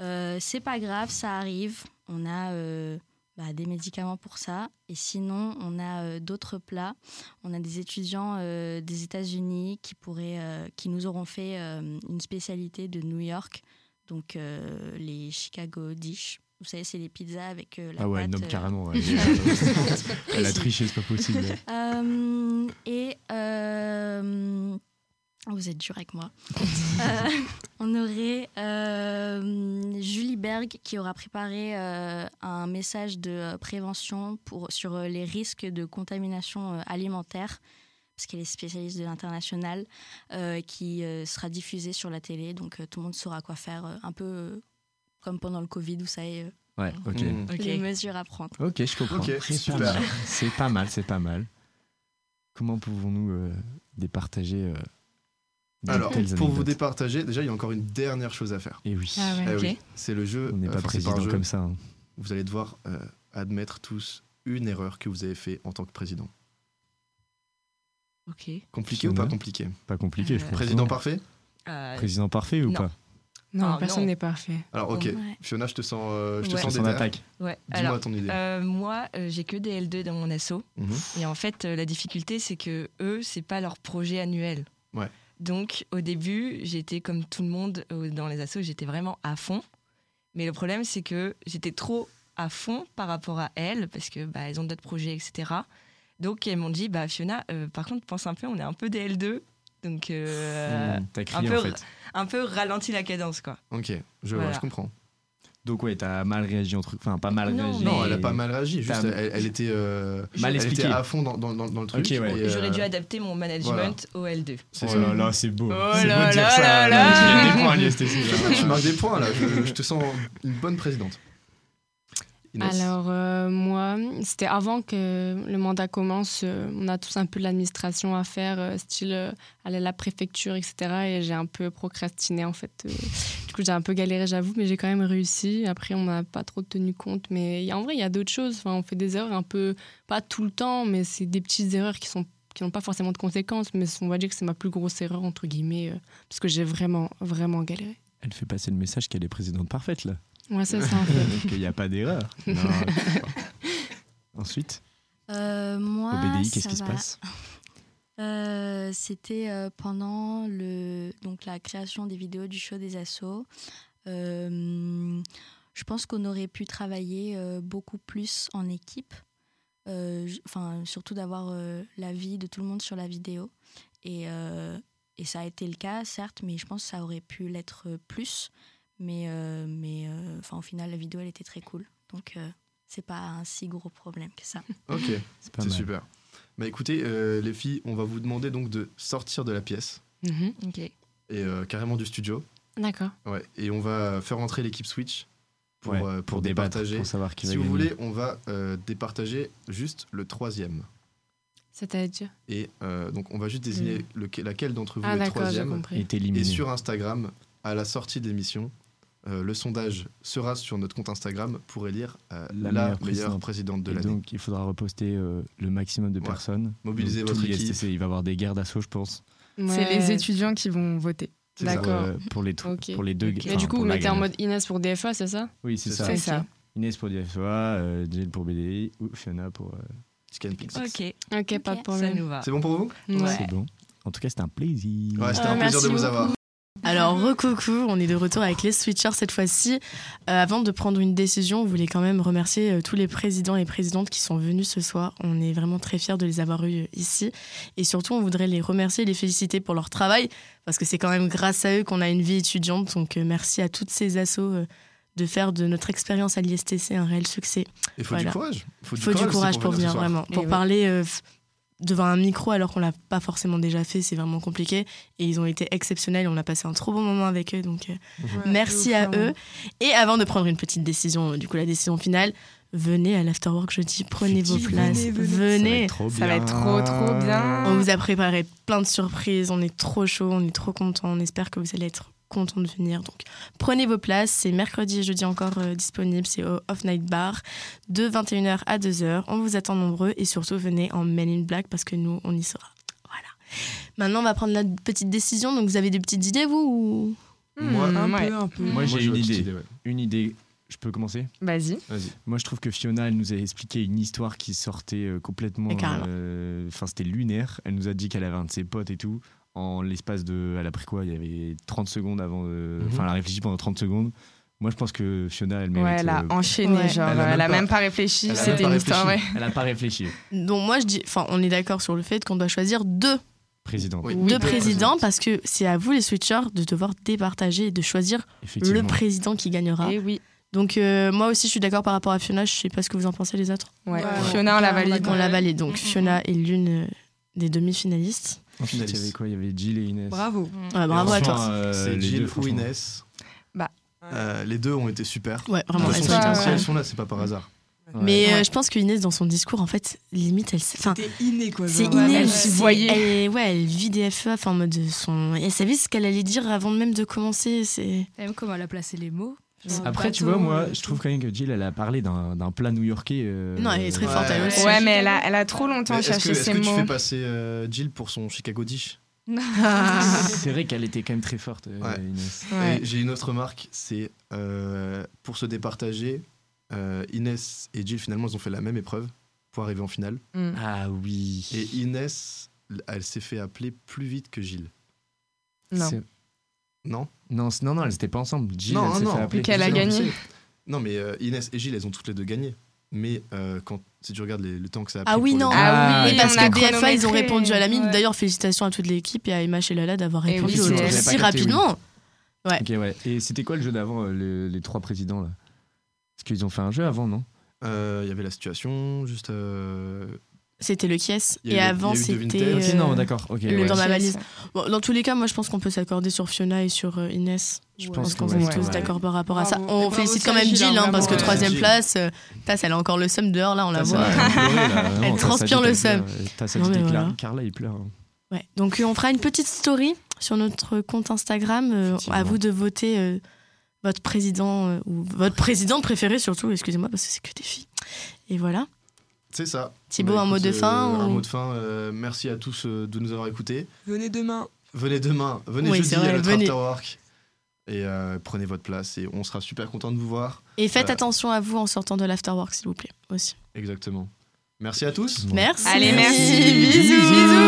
Euh, c'est pas grave, ça arrive. On a euh, bah, des médicaments pour ça. Et sinon, on a euh, d'autres plats. On a des étudiants euh, des États-Unis qui, pourraient, euh, qui nous auront fait euh, une spécialité de New York. Donc, euh, les Chicago Dish. Vous savez, c'est les pizzas avec euh, la
Ah ouais, elle
pâte,
nomme
euh,
carrément, ouais. Elle a triché, c'est pas possible.
Euh, et euh, vous êtes dur avec moi. Euh, on aurait euh, Julie Berg qui aura préparé euh, un message de euh, prévention pour, sur euh, les risques de contamination euh, alimentaire, parce qu'elle est spécialiste de l'international, euh, qui euh, sera diffusée sur la télé. Donc euh, tout le monde saura quoi faire, euh, un peu euh, comme pendant le Covid, vous savez, euh,
Ouais, ok.
Hmm.
les mesures à prendre.
Ok, je comprends.
Ok,
C'est pas
super.
mal. C'est pas mal, c'est pas mal. Comment pouvons-nous euh, départager euh, de
Alors,
telles
pour vous
anecdotes
départager, déjà, il y a encore une dernière chose à faire.
Eh oui.
Eh
Ah
oui.
ouais, ok.
C'est le jeu.
On n'est
euh,
pas
enfin, c'est un
président
jeu.
comme ça, hein.
Vous allez devoir euh, admettre tous une erreur que vous avez fait en tant que président.
Ok.
Compliqué ou pas compliqué
Pas compliqué, je
Euh,
pense.
Président parfait
Euh,
Président parfait ou
non.
pas
Non,
Ah,
personne
non.
n'est parfait.
Alors, ok.
Ouais.
Fiona, je te sens, euh, je te
Ouais.
sens
Je te sens
déter.
d'attaque.
Ouais.
Dis-moi
Alors,
ton idée.
euh, moi, euh, j'ai que des L2 dans mon assaut.
Mhm.
Et en fait, euh, la difficulté, c'est que eux, c'est pas leur projet annuel.
Ouais.
Donc au début, j'étais comme tout le monde euh, dans les assos, j'étais vraiment à fond. Mais le problème, c'est que j'étais trop à fond par rapport à elles, parce que bah, elles ont d'autres projets, etc. Donc elles m'ont dit, bah Fiona, euh, par contre, pense un peu, on est un peu des L2. Donc euh,
Hmm, t'as crié,
un, peu,
en fait.
un peu ralenti la cadence, quoi.
Ok, je,
Voilà.
je comprends.
Donc ouais, t'as mal réagi entre... Enfin, pas mal
Non,
réagi.
mais- Non,
elle a pas mal réagi, juste
T'as-
elle, elle était, euh,
Mal
elle
expliqué.
était à fond dans, dans- dans- dans le truc.
Ok, ouais.
et, euh,
J'aurais dû adapter mon management au L2.
C'est
Oh
ça.
là là, c'est beau.
Oh
C'est beau de
là
dire
là
ça.
là
Tu gagnes
là.
des points à l'ISTC, là.
tu marques des points là, je, je te sens une bonne présidente. Inès.
Alors euh, moi, c'était avant que le mandat commence. euh, on a tous un peu de l'administration à faire, euh, style euh, aller à la préfecture, etc. Et j'ai un peu procrastiné en fait. euh. du coup, j'ai un peu galéré, j'avoue, mais j'ai quand même réussi. Après, on n'a pas trop tenu compte, mais il y a- en vrai, il y a d'autres choses. Enfin, on fait des erreurs un peu, pas tout le temps, mais c'est des petites erreurs qui sont qui n'ont pas forcément de conséquences, mais on va dire que c'est ma plus grosse erreur entre guillemets, euh, parce que j'ai vraiment vraiment galéré.
Elle fait passer le message qu'elle est présidente parfaite, là.
Ouais, c'est ça, en fait.
Qu'il n'y a pas d'erreur. Non, je sais pas. Ensuite,
Euh, moi,
Au BDI, qu'est-ce
ça
qui se
va.
passe
Euh, C'était euh, pendant le, donc, la création des vidéos du show des assos. Euh, je pense qu'on aurait pu travailler euh, beaucoup plus en équipe. Euh, j- Enfin, surtout d'avoir euh, l'avis de tout le monde sur la vidéo. Et, euh, et ça a été le cas, certes, mais je pense que ça aurait pu l'être euh, plus. Mais, euh, mais euh, enfin, au final, la vidéo, elle était très cool. Donc, euh, c'est pas un si gros problème que ça.
Ok,
pas
c'est
mal.
super. Bah écoutez, euh, les filles, on va vous demander donc de sortir de la pièce
Ok.
et euh, carrément du studio.
D'accord.
Ouais, et on va faire rentrer l'équipe Switch pour,
Ouais,
euh, pour,
pour débattre,
départager.
pour savoir qui
si
va
vous
gagner.
voulez, on va euh, départager juste le troisième.
C'est-à-dire
Et euh, donc, on va juste désigner
Mm.
lequel- laquelle d'entre vous
Ah,
est
d'accord, j'ai
troisième.
compris. Est
Et
éliminée.
sur Instagram, à la sortie de l'émission, euh, le sondage sera sur notre compte Instagram pour élire euh, la, meilleure, présidente, de
Et
l'année.
Donc, il faudra reposter euh, le maximum de
Ouais.
personnes.
Mobiliser
Donc, tout
votre équipe.
l'ISTC, Il va y avoir des guerres d'assaut, je pense.
C'est
Ouais.
les étudiants qui vont voter.
C'est ça. Pour, euh, pour les tr-
Ok.
pour les deux-
Mais
enfin,
du coup,
pour
vous
la
mettez en
gagnante.
mode Inès pour DFA, c'est ça
Oui, c'est ça.
C'est ça.
Inès pour DFA, euh, Jill pour BDI ou Fiona pour euh,
Scanpix.
Ok.
Ok, pas de problème.
C'est bon pour vous
Ouais.
C'est bon. En tout cas, c'était un plaisir.
Ouais, c'était un plaisir de vous avoir.
Euh, Alors, recoucou, on est de retour avec les switchers cette fois-ci. Euh, avant de prendre une décision, on voulait quand même remercier euh, tous les présidents et présidentes qui sont venus ce soir. On est vraiment très fiers de les avoir eus euh, ici. Et surtout, on voudrait les remercier et les féliciter pour leur travail, parce que c'est quand même grâce à eux qu'on a une vie étudiante. Donc, euh, merci à toutes ces assos euh, de faire de notre expérience à l'ISTC un réel succès.
Il faut du courage. Il
faut, du courage pour, venir,
venir ce soir.
vraiment.
Et
Pour
ouais.
parler euh, f- devant un micro alors qu'on l'a pas forcément déjà fait, c'est vraiment compliqué. Et ils ont été exceptionnels. On a passé un trop bon moment avec eux. Donc, euh, merci à eux. Et avant de prendre une petite décision, euh, du coup, la décision finale, venez à l'afterwork jeudi. Prenez vos places.
venez,
Venez.
Ça va être trop, trop bien.
On vous a préparé plein de surprises. On est trop chaud. On est trop content. On espère que vous allez être content de venir. Donc, prenez vos places. C'est mercredi et jeudi encore euh, disponible. C'est au Off Night Bar de 21h à 2h. On vous attend nombreux et surtout venez en Men in Black parce que nous, on y sera. Voilà. Maintenant, on va prendre notre petite décision. Donc, vous avez des petites idées, vous ou...
Hmm.
Hmm. Moi, j'ai
j'ai
une
une
idée.
petite idée, ouais.
Une idée. Je peux commencer
Vas-y.
Moi, je trouve que Fiona, elle nous a expliqué une histoire qui sortait euh, complètement.
Mais carrément.
euh, Enfin, c'était lunaire. Elle nous a dit qu'elle avait un de ses potes et tout. En l'espace de. Elle a pris quoi Il y avait 30 secondes avant. euh,
Mhm.
Enfin, elle a réfléchi pendant 30 secondes. Moi, je pense que Fiona, elle
Ouais,
mérite.
elle a
euh,
enchaîné, Ouais. genre, elle a même pas réfléchi,
elle a
c'était
même pas
une histoire,
réfléchi.
ouais.
Elle a pas réfléchi.
Donc, moi, je dis. Enfin, on est d'accord sur le fait qu'on doit choisir deux.
Président.
deux présidents parce que c'est à vous les switchers de devoir départager et de choisir
Effectivement.
le président qui
Eh
gagnera. Donc euh, moi aussi je suis d'accord par rapport à Fiona, je sais pas ce que vous en pensez les autres.
Ouais. Ouais. Fiona, on la valide.
On la valide.
Mhm.
Donc Fiona est l'une euh, des demi-finalistes.
Ensuite, il y avait quoi Il y avait Jill et Inès.
Bravo. Ouais, bravo à
Franchement,
toi.
euh,
Ah, C'est
les
Jill
deux,
ou
franchement.
Inès.
Bah.
Euh, les deux ont été super.
Ouais, vraiment,
De toute
elles sont
façon, si-
top.
si elles sont là, c'est pas par hasard.
Mais euh, je pense que Inès dans son discours en fait limite elle s- enfin
inné, quoi,
C'est
genre.
inné,
Ouais, elle
c'est-
s'y voyait.
Elle, ouais, elle vit des FEA enfin en mode de son elle savait ce qu'elle allait dire avant même de commencer, c'est Ah
Même comment elle a placé les mots. genre,
Après, tu vois,
bateau,
moi,
euh,
je trouve quand même que Jill, elle a parlé d'un d'un plat new-yorkais. euh,
Non, elle est très forte, elle aussi.
Ouais, mais elle a, elle a trop
Mais
longtemps
Est-ce que,
cherché
est-ce
ses
que tu
mots.
fais passer euh, Jill pour son Chicago Dish
C'est vrai qu'elle était quand même très forte, euh,
Ouais.
Inès.
Ouais.
Et J'ai une autre remarque, c'est euh, pour se départager, euh, Inès et Jill finalement ils ont fait la même épreuve pour arriver en finale.
Mm.
Ah oui.
Et Inès, elle s'est fait appeler plus vite que Gilles.
Non.
C'est-
Non
Non, c- non, non, elles étaient pas ensemble. Gilles,
non,
elle
non,
s'est
non.
fait appeler.
Non, mais c'est- Non, mais euh, Inès et Gilles, elles ont toutes les deux gagné. Mais euh, quand, si tu regardes les- euh, le temps que ça a pris.
Ah oui,
pour
non.
le-
oui, parce que DFA, ils ont répondu à la mine. D'ailleurs, félicitations à toute l'équipe et à Emma et Lala d'avoir
Et
répondu
oui,
au-
c'est elle.
si
J'avais pas capté, oui.
rapidement. Ouais.
Ok, ouais. Et c'était quoi le jeu d'avant, euh, les, les trois présidents là Parce qu'ils ont fait un jeu avant, non
Euh, Il y avait la situation, juste. euh,
C'était le Kies.
Il y
Et
a eu le-
avant,
il y a eu le
c'était. euh,
Devinter.
Ok, non, d'accord, ok,
le
ouais.
Dans ma
Kies.
valise. Bon, dans tous les cas, moi, je pense qu'on peut s'accorder sur Fiona et sur euh, Inès. Je
pense
pense qu'on
que
est
ouais.
tous
Ouais.
d'accord par rapport à ça.
Bravo. Et
On
bravo
félicite
aussi à
quand même
Gilles,
Gil, hein,
hein,
parce que
bravo.
troisième
Gilles.
place, euh, tasse, elle a encore le seum dehors, là, on la
Ça, ça
voit.
a pleuré, là, vraiment,
Elle
ça, ça
transpire
dit,
le
t'as
seum.
vu, euh, t'as- Ça
Non,
dit,
mais
t'es
voilà.
Cla- Carla, il pleure. hein.
Ouais. Donc euh, on fera une petite story sur notre compte Instagram. Euh, à vous de voter euh, votre président euh, ou votre présidente préférée surtout. Excusez-moi parce que c'est que des filles. Et voilà.
C'est ça.
Thibaut,
Bah,
un mot
écoute,
de fin
euh, Un
ou-
mot de fin. euh, merci à tous euh, de nous avoir écoutés.
Venez demain.
Venez demain, venez
Oui,
jeudi
c'est vrai,
à notre
venez.
after work. Et euh, prenez votre place et on sera super content de vous voir.
Et faites
Euh,
attention à vous en sortant de l'afterwork s'il vous plaît aussi.
Exactement. Merci à tous.
Merci. Allez, merci. Bisous. Bisous.